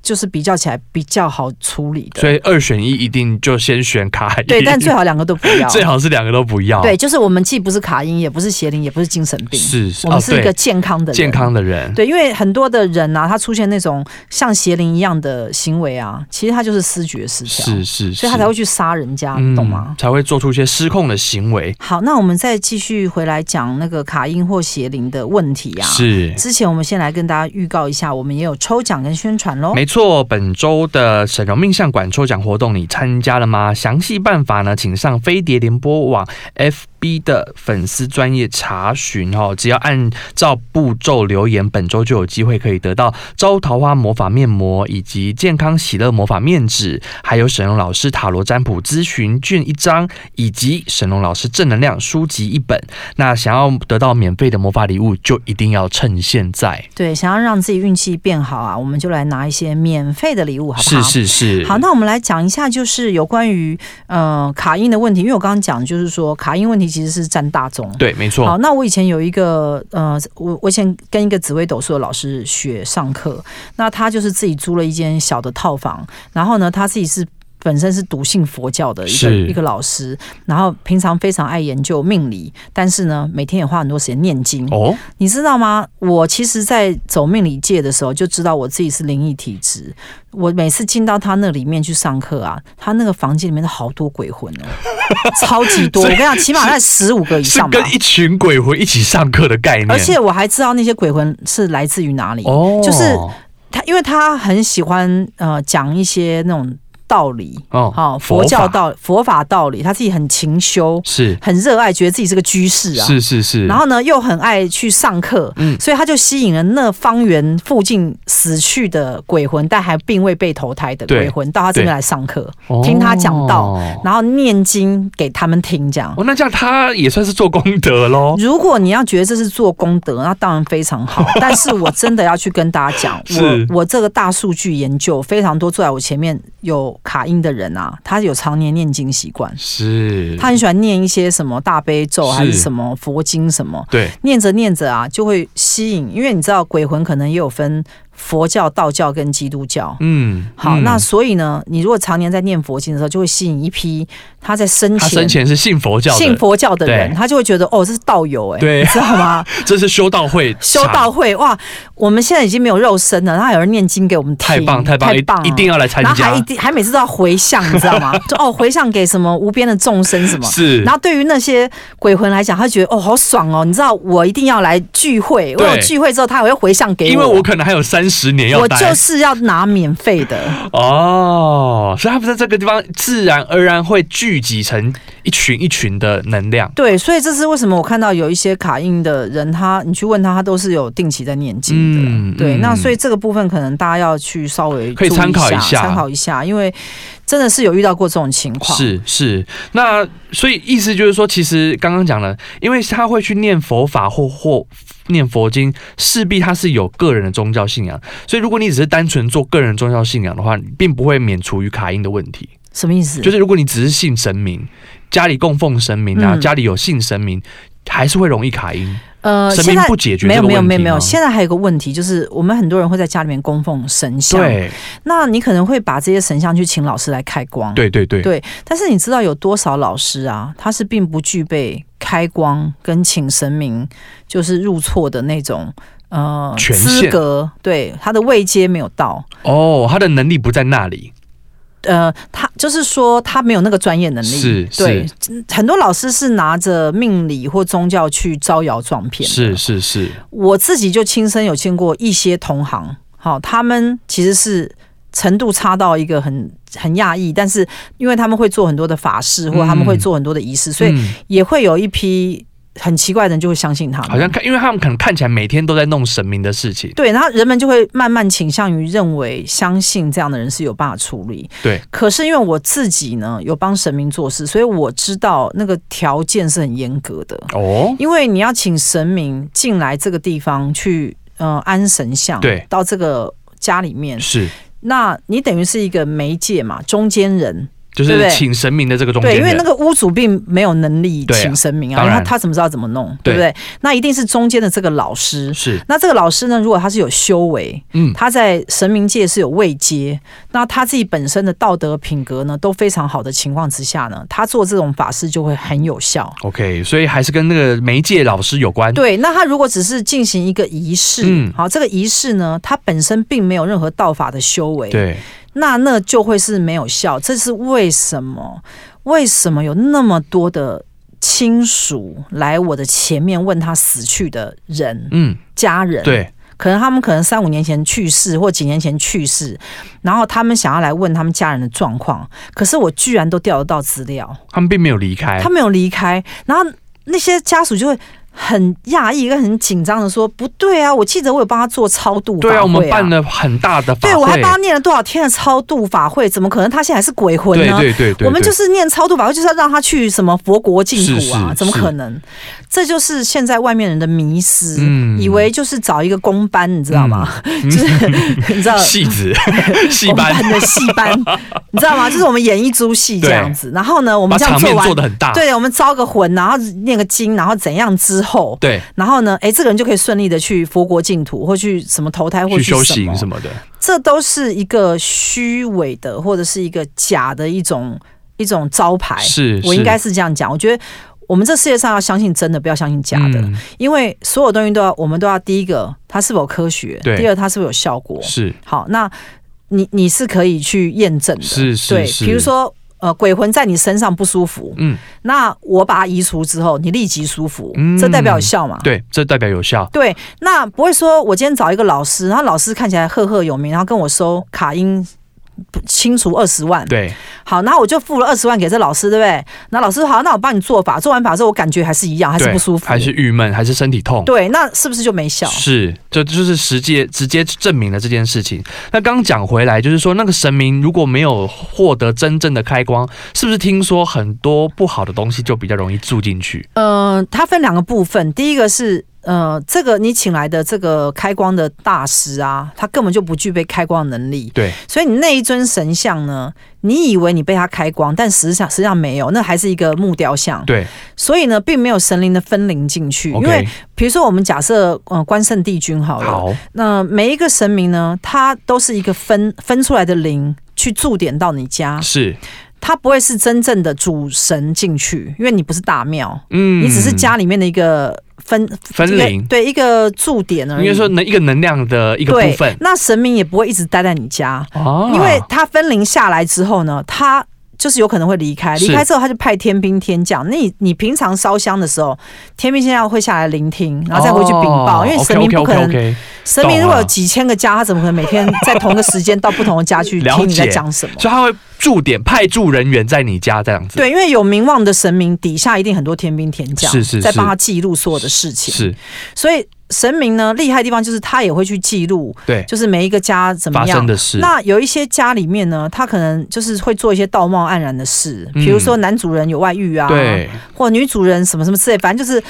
A: 就是比较起来比较好处理的。
B: 所以二选一一定就先选卡因， <laughs>
A: 对，但最好两个都不要。
B: 最好是两个都不要，
A: 对，，就是我们既不是卡因，也不是邪灵，也不是精神病，
B: 是
A: 我们
B: 哦
A: 是一
B: 对
A: 个健康的人。
B: 健。康的人， <laughs>
A: 对，因为很多的人啊，他出现那种像邪灵一样的行为啊，其实他就是失觉失调，
B: 是是，
A: 所以他才会去杀人家，你
B: 嗯
A: 懂吗？
B: 才会做出一些失控的行为，
A: 好，那我们再继续回来讲那个卡因或邪灵的问题啊。
B: 是。
A: 之前我们先来跟大家预告一下，我们也有抽奖跟宣传喽。
B: 没错，本周的沈荣命相馆抽奖活动你参加了吗？详细办法呢，请上飞碟联播网 FB 的粉丝专业查询哦。只要按照步骤留言，本周就有机会可以得到招桃花魔法面膜以及健康喜乐魔法面纸，还有沈荣老师塔罗占卜咨询券一张，以及沈荣老师正能量书籍一本。那想要得到免费的魔法礼物，就一定要趁现在。
A: 对，想要让自己运气变好啊，我们就来拿一些免费的礼物，好不
B: 是
A: 好？
B: 是是，
A: 好，那我们来讲一下，就是有关于呃卡因的问题，因为我刚刚讲就是说卡因问题其实是占大宗。
B: 对，没错
A: 好，。那我以前有一个呃，我我以前跟一个紫微斗数的老师学上课，那他就是自己租了一间小的套房，然后呢，他自己是。本身是笃信佛教的一个
B: 是
A: 一个老师，然后平常非常爱研究命理，但是呢，每天也花很多时间念经。
B: 哦，
A: 你知道吗？我其实，在走命理界的时候，就知道我自己是灵异体质。我每次进到他那里面去上课啊，他那个房间里面都好多鬼魂
B: <laughs>
A: 哦，超级多。我跟你讲，起码在十五个以
B: 是
A: 上吧
B: 跟。一群鬼魂一起上课的概念，
A: 而且我还知道那些鬼魂是来自于哪里。
B: 哦，
A: 就是他因为他很喜欢呃讲一些那种道理，
B: 哦
A: 好、佛
B: 法
A: 教道佛法道理，他自己很勤修，
B: 是
A: 很热爱，觉得自己是个居士啊。
B: 是是是，
A: 然后呢，又很爱去上课，
B: 嗯
A: 所以他就吸引了那方圆附近死去的鬼魂，但还并未被投胎的
B: 对
A: 鬼魂，到他这边
B: 对
A: 来上课，
B: 后
A: 听他讲道然后念经给他们听，这样。
B: 哦，那这样他也算是做功德喽，
A: 如果你要觉得这是做功德，那当然非
B: <laughs>
A: 常好。但是我真的要去跟大家讲，
B: 是
A: 我我这个大数据研究非常多，坐在我前面有卡因的人啊，他有常年念经习惯，
B: 是
A: 他很喜欢念一些什么大悲咒
B: 是
A: 还是什么佛经什么，
B: 对
A: 念着念着啊就会吸引，因为你知道鬼魂可能也有分佛教、道教跟基督教。
B: 嗯，
A: 好，
B: 嗯
A: 那所以呢，你如果常年在念佛经的时候，就会吸引一批他在生
B: 他生
A: 前
B: 前是信佛教的，
A: 信佛教的人，
B: 对
A: 他就会觉得哦，这是道友哎、
B: 对
A: 你，知道吗？
B: <laughs> 这是修道会
A: 修道
B: 场
A: 会哇，我们现在已经没有肉身了，然后有人念经给我们听，
B: 太棒太棒，
A: 太棒了
B: 一定要来参
A: 然后还一
B: 加，
A: 定还每次都要回向，你知
B: <laughs>
A: 道吗？就哦，回向给什么无边的众生什么。
B: 是，
A: 然后对于那些鬼魂来讲，他觉得哦好爽哦，你知道我一定要来聚会，我
B: 对
A: 有聚会之后，他还会回向给我，
B: 因为我可能还有三十年要
A: 我
B: 待，
A: 就是要拿免费的，
B: 哦，所以他们在这个地方自然而然会聚集成一群一群的能量，
A: 对，所以这是为什么我看到有一些卡印的人，他你去问他，他都是有定期在念经的。
B: 嗯
A: 对，
B: 嗯
A: 那所以这个部分可能大家要去稍微
B: 可以
A: 注意
B: 参考一下
A: 参考一下，因为真的是有遇到过这种情况。，
B: 是是，那所以意思就是说，其实刚刚讲了，因为他会去念佛法或或念佛经，势必他是有个人的宗教信仰。所以如果你只是单纯做个人宗教信仰的话，你并不会免除于卡因的问题。
A: 什么意思？
B: 就是如果你只是信神明，家里供奉神明啊，
A: 嗯
B: 家里有信神明，还是会容易卡因。
A: 呃，
B: 神
A: 现
B: 明
A: 在
B: 不解决
A: 没
B: 这
A: 有
B: 个问题吗
A: 没有没有没有，现在还有个问题，就是我们很多人会在家里面供奉神像，
B: 对
A: 那你可能会把这些神像去请老师来开光，。
B: 对对对
A: 对但是你知道有多少老师啊，他是并不具备开光跟请神明就是入错的那种呃
B: 权限
A: 资格，对他的位阶没有到，
B: 哦，他的能力不在那里，
A: 呃，他就是说他没有那个专业能力，
B: 是
A: 对，很多老师是拿着命理或宗教去招摇撞骗，
B: 是是是，
A: 我自己就亲身有见过一些同行，好，他们其实是程度差到一个很很讶异，但是因为他们会做很多的法事，或者他们会做很多的仪式，所以
B: 嗯
A: 也会有一批很奇怪的人就会相信他们。
B: 好像看，因为他们可能看起来每天都在弄神明的事情，
A: 对，然后人们就会慢慢倾向于认为相信这样的人是有办法处理。
B: 对，
A: 可是因为我自己呢有帮神明做事，所以我知道那个条件是很严格的，
B: 哦，
A: 因为你要请神明进来这个地方去，呃，安神像，
B: 对
A: 到这个家里面，
B: 是，
A: 那你等于是一个媒介嘛，中间人。
B: 就
A: 对不
B: 是
A: 对
B: 请神明的这个中
A: 对，
B: 间
A: 因为那
B: 人，
A: 个屋主并没有能力
B: 对啊
A: 请神明啊，
B: 当
A: 因为
B: 然
A: 他他怎么知道怎么弄，
B: 对
A: 对不对？那一定是中间的这个老师。
B: 是，
A: 那这个老师呢，如果他是有修为，
B: 嗯，
A: 他在神明界是有位阶，那他自己本身的道德品格呢都非常好的情况之下呢，他做这种法事就会很有效。
B: OK，所以还是跟那个媒介老师有关。
A: 对，那他如果只是进行一个仪式，
B: 嗯
A: 好，这个仪式呢，他本身并没有任何道法的修为，
B: 对
A: 那那就会是没有效。这是为什么？为什么有那么多的亲属来我的前面问他死去的人、
B: 嗯，
A: 家人？
B: 对，
A: 可能他们可能三五年前去世，或几年前去世，然后他们想要来问他们家人的状况，可是我居然都调得到资料，
B: 他们并没有离开
A: 他。没有离开，然后那些家属就会很讶异跟很紧张的说：“不对啊，我记得我有帮他做超度法会、
B: 对
A: 啊，
B: 啊，我们办了很大的法
A: 对我还
B: 会，
A: 帮他念了多少天的超度法会，怎么可能他现在还是鬼魂
B: 对
A: 呢？”
B: 对对对，
A: 我们
B: 对
A: 就是念超度法会，就是要让他去什么佛国净土啊，
B: 是是
A: 怎么可能？这就是现在外面人的迷失，
B: 嗯
A: 以为就是找一个公班，你知道吗？ <laughs> 就是你知道。
B: 嗯戏
A: <laughs>
B: 子戏
A: 公
B: 班，
A: 的戏班，
B: <laughs>
A: 你知道吗？就是我们演一出戏这样子，然后呢，我
B: 把
A: 们这样
B: 场
A: 做
B: 面
A: 完
B: 做，的很大。
A: 对，我们招个魂，然后念个经，然后怎样之后，
B: 对，
A: 然后呢，哎，这个人就可以顺利的去佛国净土，或去什么投胎，或
B: 去修
A: 什么
B: 行什么的，
A: 这都是一个虚伪的，或者是一个假的一种一种招牌。
B: 是
A: 哎我应该
B: 是
A: 是这样讲。我觉得我们这世界上要相信真的，不要相信假的，
B: 嗯
A: 因为所有东西都要，我们都要第一个它是否科学，
B: 对
A: 第二它是否有效果。
B: 是
A: 好，那你你是可以去验证的，
B: 是是
A: 对，
B: 是
A: 比如说。呃，鬼魂在你身上不舒服，
B: 嗯，
A: 那我把它移除之后，你立即舒服，
B: 嗯
A: 这代表有效嘛？
B: 对，这代表有效。
A: 对，那不会说我今天找一个老师，然后老师看起来赫赫有名，然后跟我收卡音清除二十万，
B: 对，
A: 好，那我就付了二十万给这老师，对不对？那老师说好，那我帮你做法，做完法之后我感觉还是一样，还是
B: 对
A: 不舒服，
B: 还是郁闷，还是身体痛。
A: 对，那是不是就没效？
B: 是，这就是实际直接证明了这件事情。那刚讲回来，就是说那个神明如果没有获得真正的开光，是不是听说很多不好的东西就比较容易住进去？
A: 呃，它分两个部分，第一个是。呃，这个你请来的这个开光的大师啊，他根本就不具备开光的能力，
B: 对，
A: 所以你那一尊神像呢，你以为你被他开光，但实际上实际上没有，那还是一个木雕像。
B: 对
A: 所以呢，并没有神灵的分灵进去。因为呃
B: ，OK，
A: 比如说，我们假设呃关圣帝君好了，
B: 好，
A: 那每一个神明呢，它都是一个分分出来的灵去驻点到你家，
B: 是，
A: 它不会是真正的主神进去，因为你不是大庙，
B: 嗯
A: 你只是家里面的一个分
B: 分
A: 一
B: 灵
A: 个，对一个驻点而
B: 应
A: 已。
B: 该说能一个能量的一个部
A: 对
B: 分，
A: 那神明也不会一直待在你家，
B: 哦
A: 因为他分灵下来之后呢，他就是有可能会离开，
B: 是
A: 离开之后他就派天兵天将。那你你平常烧香的时候，天兵天将会下来聆听，然后再回去禀报，
B: 哦
A: 因为神明不可能
B: OK，OK，OK，OK，
A: 神明如
B: 懂
A: 果
B: 了
A: 有几千个家，他怎么可能每天在同一个时间到不同的家去
B: 了
A: 听你在
B: 解
A: 讲什么？
B: 所以他会驻点派驻人员在你家这样子，
A: 对，因为有名望的神明底下一定很多天兵天将，
B: 是是
A: 在
B: 是
A: 帮他记录所有的事情。
B: 是，
A: 所以神明呢厉害的地方就是他也会去记录，
B: 对，
A: 就是每一个家怎么
B: 发
A: 样
B: 生的事，
A: 那有一些家里面呢，他可能就是会做一些道貌岸然的事，
B: 嗯
A: 比如说男主人有外遇啊，，
B: 对，
A: 或女主人什么什么之类，反正就是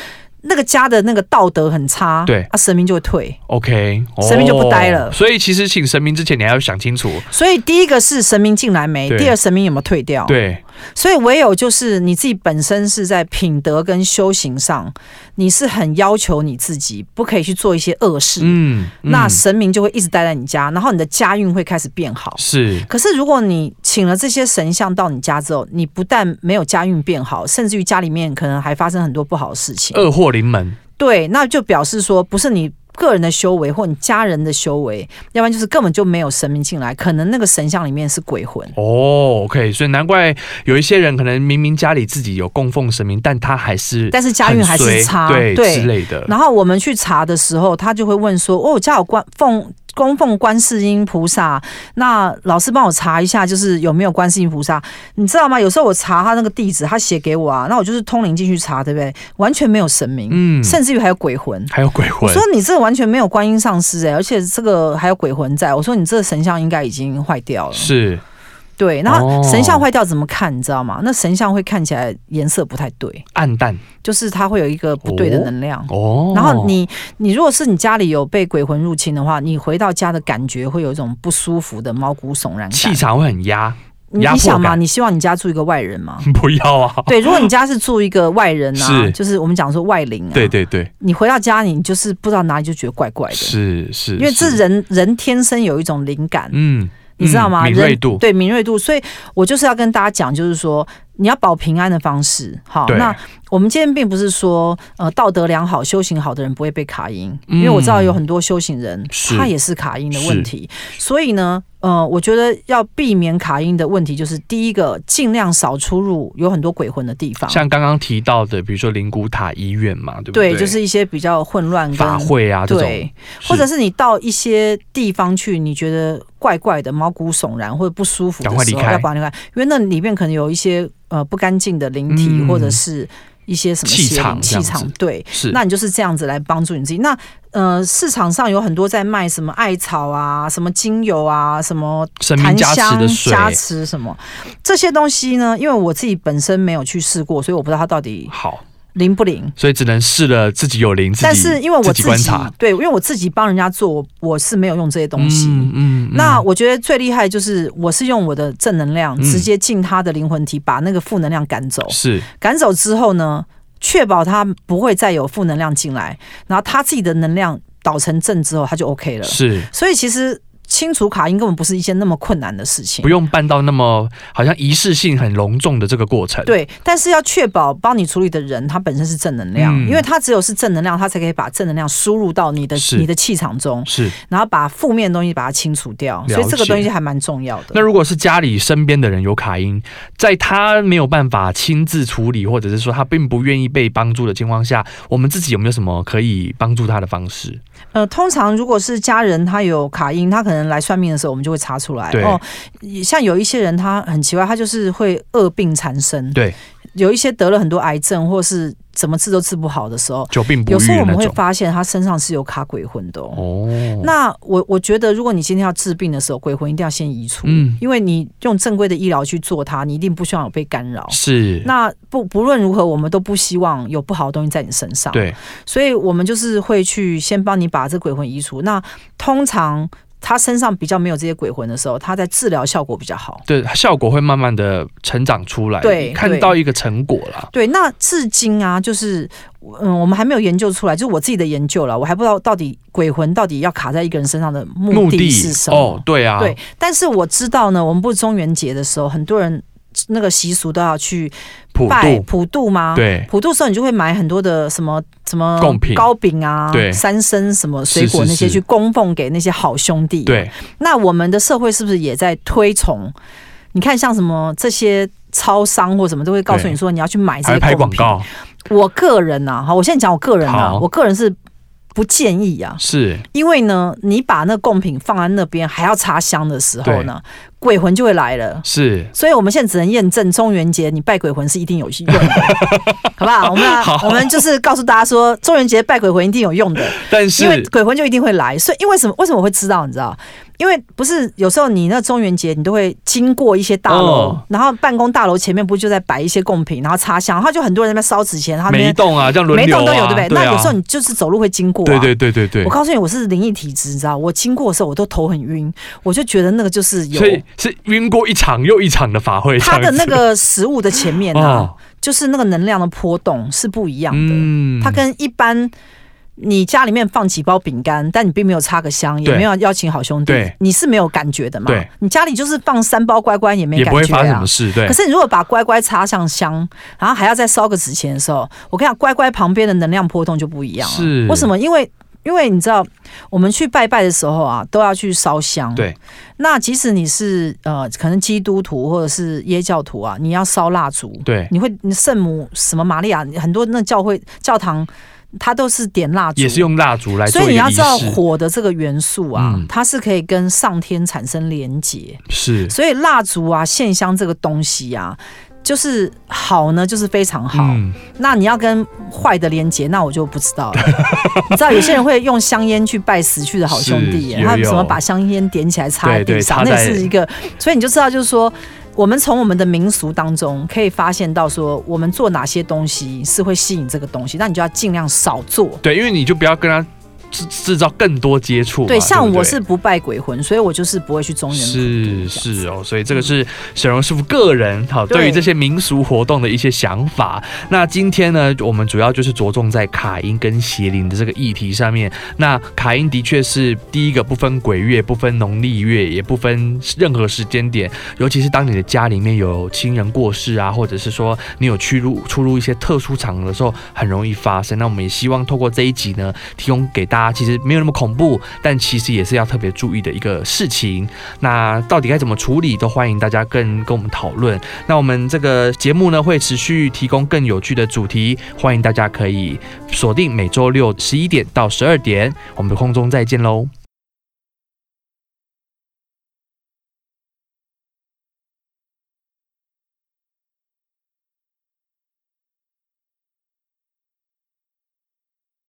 A: 那个家的那个道德很差，
B: 对
A: 啊，神明就会退。
B: OK，
A: 神明就不
B: 哦
A: 待了
B: 所以其实请神明之前，你还要想清楚。
A: 所以第一个是神明进来没，
B: 对
A: 第二神明有没有退掉？，
B: 对，
A: 所以唯有就是你自己本身是在品德跟修行上，你是很要求你自己，不可以去做一些恶事，
B: 嗯，
A: 那
B: 嗯
A: 神明就会一直待在你家，然后你的家运会开始变好。
B: 是
A: 可是如果你请了这些神像到你家之后，你不但没有家运变好，甚至于家里面可能还发生很多不好的事情。
B: 恶祸临门，
A: 对，那就表示说不是你。个人的修为或你家人的修为，要不然就是根本就没有神明进来，可能那个神像里面是鬼魂。
B: 哦，OK，所以难怪有一些人可能明明家里自己有供奉神明，但他还是
A: 但是家运
B: 很
A: 还是
B: 衰
A: 差
B: 对之类的。
A: 然后我们去查的时候，他就会问说：“哦，我家有关奉供奉观世音菩萨。那老师帮我查一下，就是有没有观世音菩萨？你知道吗？有时候我查他那个地址，他写给我啊，那我就是通灵进去查，对不对？完全没有神明，
B: 嗯
A: 甚至于还有鬼魂。
B: 还有鬼
A: 我
B: 魂，
A: 说你这完全没有观音上师哎、而且这个还有鬼魂在。我说你这神像应该已经坏掉了，
B: 是
A: 对。那
B: 哦
A: 神像坏掉怎么看？你知道吗？那神像会看起来颜色不太对，
B: 暗淡
A: 就是它会有一个不对的能量。
B: 哦。
A: 然后你，你如果是你家里有被鬼魂入侵的话，你回到家的感觉会有一种不舒服的毛骨悚然
B: 气
A: 感。
B: 场会很压， <laughs>
A: 你
B: 压
A: 你
B: 迫
A: 想嘛，
B: 感
A: 你希望你家住一个外人吗？
B: 不要啊！
A: <laughs> 对，如果你家是住一个外人
B: <laughs>
A: 啊，
B: 是
A: 就是我们讲说外灵啊，
B: 对对对，
A: 你回到家你就是不知道哪里就觉得怪 <laughs> 怪的，
B: 是是，
A: 因为这
B: 是，
A: 人人天生有一种灵感，
B: 嗯，
A: 你知道吗？
B: 嗯敏
A: 人
B: 锐度，
A: 对敏锐度，所以我就是要跟大家讲，就是说你要保平安的方式。好，
B: 对
A: 那我们今天并不是说呃道德良好、修行好的人不会被卡音，
B: 嗯
A: 因为我知道有很多修行人
B: 是
A: 他也是卡音的问题，所以呢。呃，我觉得要避免卡音的问题，就是第一个，尽量少出入有很多鬼魂的地方。
B: 像刚刚提到的，比如说灵骨塔医院嘛，对不对？
A: 对，就是一些比较混乱跟
B: 法会啊这种，
A: 对，或者是你到一些地方去，你觉得怪怪的、毛骨悚然或者不舒服的
B: 赶快
A: 时
B: 离
A: 候，
B: 开
A: 要赶快离开，因为那里面可能有一些呃不干净的灵体、
B: 嗯
A: 或者是一些什么
B: 气
A: 邪灵
B: 场这
A: 气
B: 样子
A: 场，对。
B: 是
A: 那你就是这样子来帮助你自己。那呃，市场上有很多在卖什么艾草啊、什么精油啊、什么
B: 神明
A: 檀
B: 加持
A: 香
B: 的水，
A: 加持什么这些东西呢？因为我自己本身没有去试过，所以我不知道它到底
B: 好，
A: 灵不灵。
B: 所以只能试了自己有灵，自己
A: 但是因为我
B: 自己
A: 自
B: 观察
A: 对，因为我自己帮人家做，我我是没有用这些东西。
B: 嗯
A: 那我觉得最厉害就是，我是用我的正能量
B: 嗯
A: 直接进他的灵魂体，把那个负能量赶走。
B: 是
A: 赶走之后呢，确保他不会再有负能量进来，然后他自己的能量导成正之后，他就 OK 了。
B: 是。
A: 所以其实清除卡因根本不是一件那么困难的事情
B: 不。用办到那么好像仪式性很隆重的这个过程，，
A: 对，但是要确保帮你处理的人他本身是正能量，
B: 嗯
A: 因为他只有是正能量，他才可以把正能量输入到你的
B: 是
A: 你的气场中。
B: 是。
A: 然后把负面的东西把它清除掉，
B: 解
A: 所以这个东西还蛮重要的。
B: 那如果是家里身边的人有卡因，在他没有办法亲自处理，或者是说他并不愿意被帮助的情况下，我们自己有没有什么可以帮助他的方式？
A: 呃，通常如果是家人他有卡因，他可能来算命的时候，我们就会查出来。哦
B: 对，
A: 像有一些人他很奇怪，他就是会恶病缠身。
B: 对，
A: 有一些得了很多癌症，或是怎么治都治不好的时候，
B: 久病不
A: 有
B: 愈
A: 时候
B: 的
A: 我
B: 那
A: 们会
B: 种。
A: 发现他身上是有卡鬼魂的哦。
B: 哦，
A: 那我我觉得，如果你今天要治病的时候，鬼魂一定要先移除，
B: 嗯
A: 因为你用正规的医疗去做它，你一定不希望有被干扰。
B: 是，
A: 那不不论如何，我们都不希望有不好的东西在你身上。，
B: 对，
A: 所以我们就是会去先帮你把这鬼魂移除。那通常他身上比较没有这些鬼魂的时候，他在治疗效果比较好。
B: 对，效果会慢慢的成长出来，
A: 对
B: 看
A: 对
B: 到一个成果啦。
A: 对，那至今啊，就是嗯，我们还没有研究出来，就是我自己的研究了，我还不知道到底鬼魂到底要卡在一个人身上的目的是什么。
B: 哦，对啊，
A: 对，但是我知道呢，我们不是中元节的时候，很多人那个习俗都要去
B: 普
A: 拜
B: 渡，
A: 普渡吗？
B: 对，
A: 普渡的时候，你就会买很多的什么什么
B: 哎贡品
A: 糕饼啊
B: 对、
A: 三牲什么水果
B: 是是
A: 那些，
B: 是
A: 去供奉给那些好兄弟。，
B: 对，
A: 那我们的社会是不是也在推崇？你看，像什么这些超商或什么，都会告诉
B: 对
A: 你说你要去买这
B: 还会
A: 些
B: 拍
A: 贡
B: 广
A: 品。
B: 告，
A: 我个人呐、啊，好，我现在讲我个人啊
B: 好，
A: 我个人是不建议啊，
B: 是
A: 因为呢，你把那贡品放在那边还要插香的时候呢，鬼魂就会来了。
B: 是，
A: 所以我们现在只能验证中元节你拜鬼魂是一定有
B: <laughs>
A: 用的，好不好？我们啊
B: 好
A: 我们就是告诉大家说，中元节拜鬼魂一定有用的，
B: 但
A: 因为
B: 是
A: 鬼魂就一定会来。所以因为什么？为什么我会知道？你知道？因为不是有时候你那中元节你都会经过一些大楼，
B: 哦
A: 然后办公大楼前面不就在摆一些贡品，然后插香，然后就很多人在那边烧纸钱，然后那
B: 每一
A: 边
B: 栋啊，这样轮
A: 每一
B: 流
A: 栋都有，
B: 啊，
A: 对不对？
B: 啊
A: 那有时候你就是走路会经过、啊，
B: 对对对对对
A: 我，告诉你，我是灵异体质，你知道，我经过的时候我都头很晕，我就觉得那个就是有
B: 所以是晕过一场又一场的法会，
A: 它的
B: 这样子
A: 那个食物的前面啊，
B: 哦，
A: 就是那个能量的波动是不一样的。
B: 嗯
A: 它跟一般你家里面放几包饼干，但你并没有插个香，也
B: 对
A: 没有邀请好兄弟
B: 对，
A: 你是没有感觉的嘛
B: 对？
A: 你家里就是放三包乖乖也没
B: 也
A: 感
B: 不会
A: 觉
B: 发生什
A: 啊
B: 么。事，对
A: 可，是你如果把乖乖插上香，然后还要再烧个纸钱的时候，我跟你讲，乖乖旁边的能量波动就不一样了。
B: 是
A: 为什么？因为因为你知道，我们去拜拜的时候啊，都要去烧香。
B: 对。
A: 那即使你是呃，可能基督徒或者是耶教徒啊，你要烧蜡烛，
B: 对
A: 你会你圣母什么玛利亚，很多那教会教堂。它都是点蜡烛，
B: 也是用蜡烛来做
A: 所
B: 一
A: 以
B: 个
A: 你要
B: 仪
A: 知道
B: 式
A: 火的这个元素啊，
B: 嗯
A: 它是可以跟上天产生连结。
B: 是
A: 所以蜡烛啊、线香这个东西啊，就是好呢，就是非常好。
B: 嗯
A: 那你要跟坏的连接，那我就不知
B: <laughs>
A: 道了。你知道有些人会用香烟去拜死去的好兄弟耶
B: 是，有
A: 他们什么
B: 有
A: 把香烟点起来插在
B: 对
A: 地
B: 对
A: 上，
B: 插
A: 那
B: 在
A: 也是一个。所以你就知道，就是说。我们从我们的民俗当中可以发现到，说我们做哪些东西是会吸引这个东西，那你就要尽量少做。
B: 对，因为你就不要跟他制制造更多接触嘛。
A: 对，像
B: 不
A: 我是不拜鬼魂，所以我就是不会去中原普
B: 是
A: 渡这样子
B: 是哦，所以这个是沈荣师傅个人好对于
A: 对
B: 这些民俗活动的一些想法。那今天呢，我们主要就是着重在卡音跟邪灵的这个议题上面。那卡音的确是第一个不分鬼月、不分农历月，也不分任何时间点，尤其是当你的家里面有亲人过世啊，或者是说你有去入出入一些特殊场合的时候，很容易发生。那我们也希望透过这一集呢，提供给大家其实没有那么恐怖，但其实也是要特别注意的一个事情。那到底该怎么处理，都欢迎大家更跟我们讨论。那我们这个节目呢，会持续提供更有趣的主题，欢迎大家可以锁定每周六十一点到十二点，我们的空中再见喽，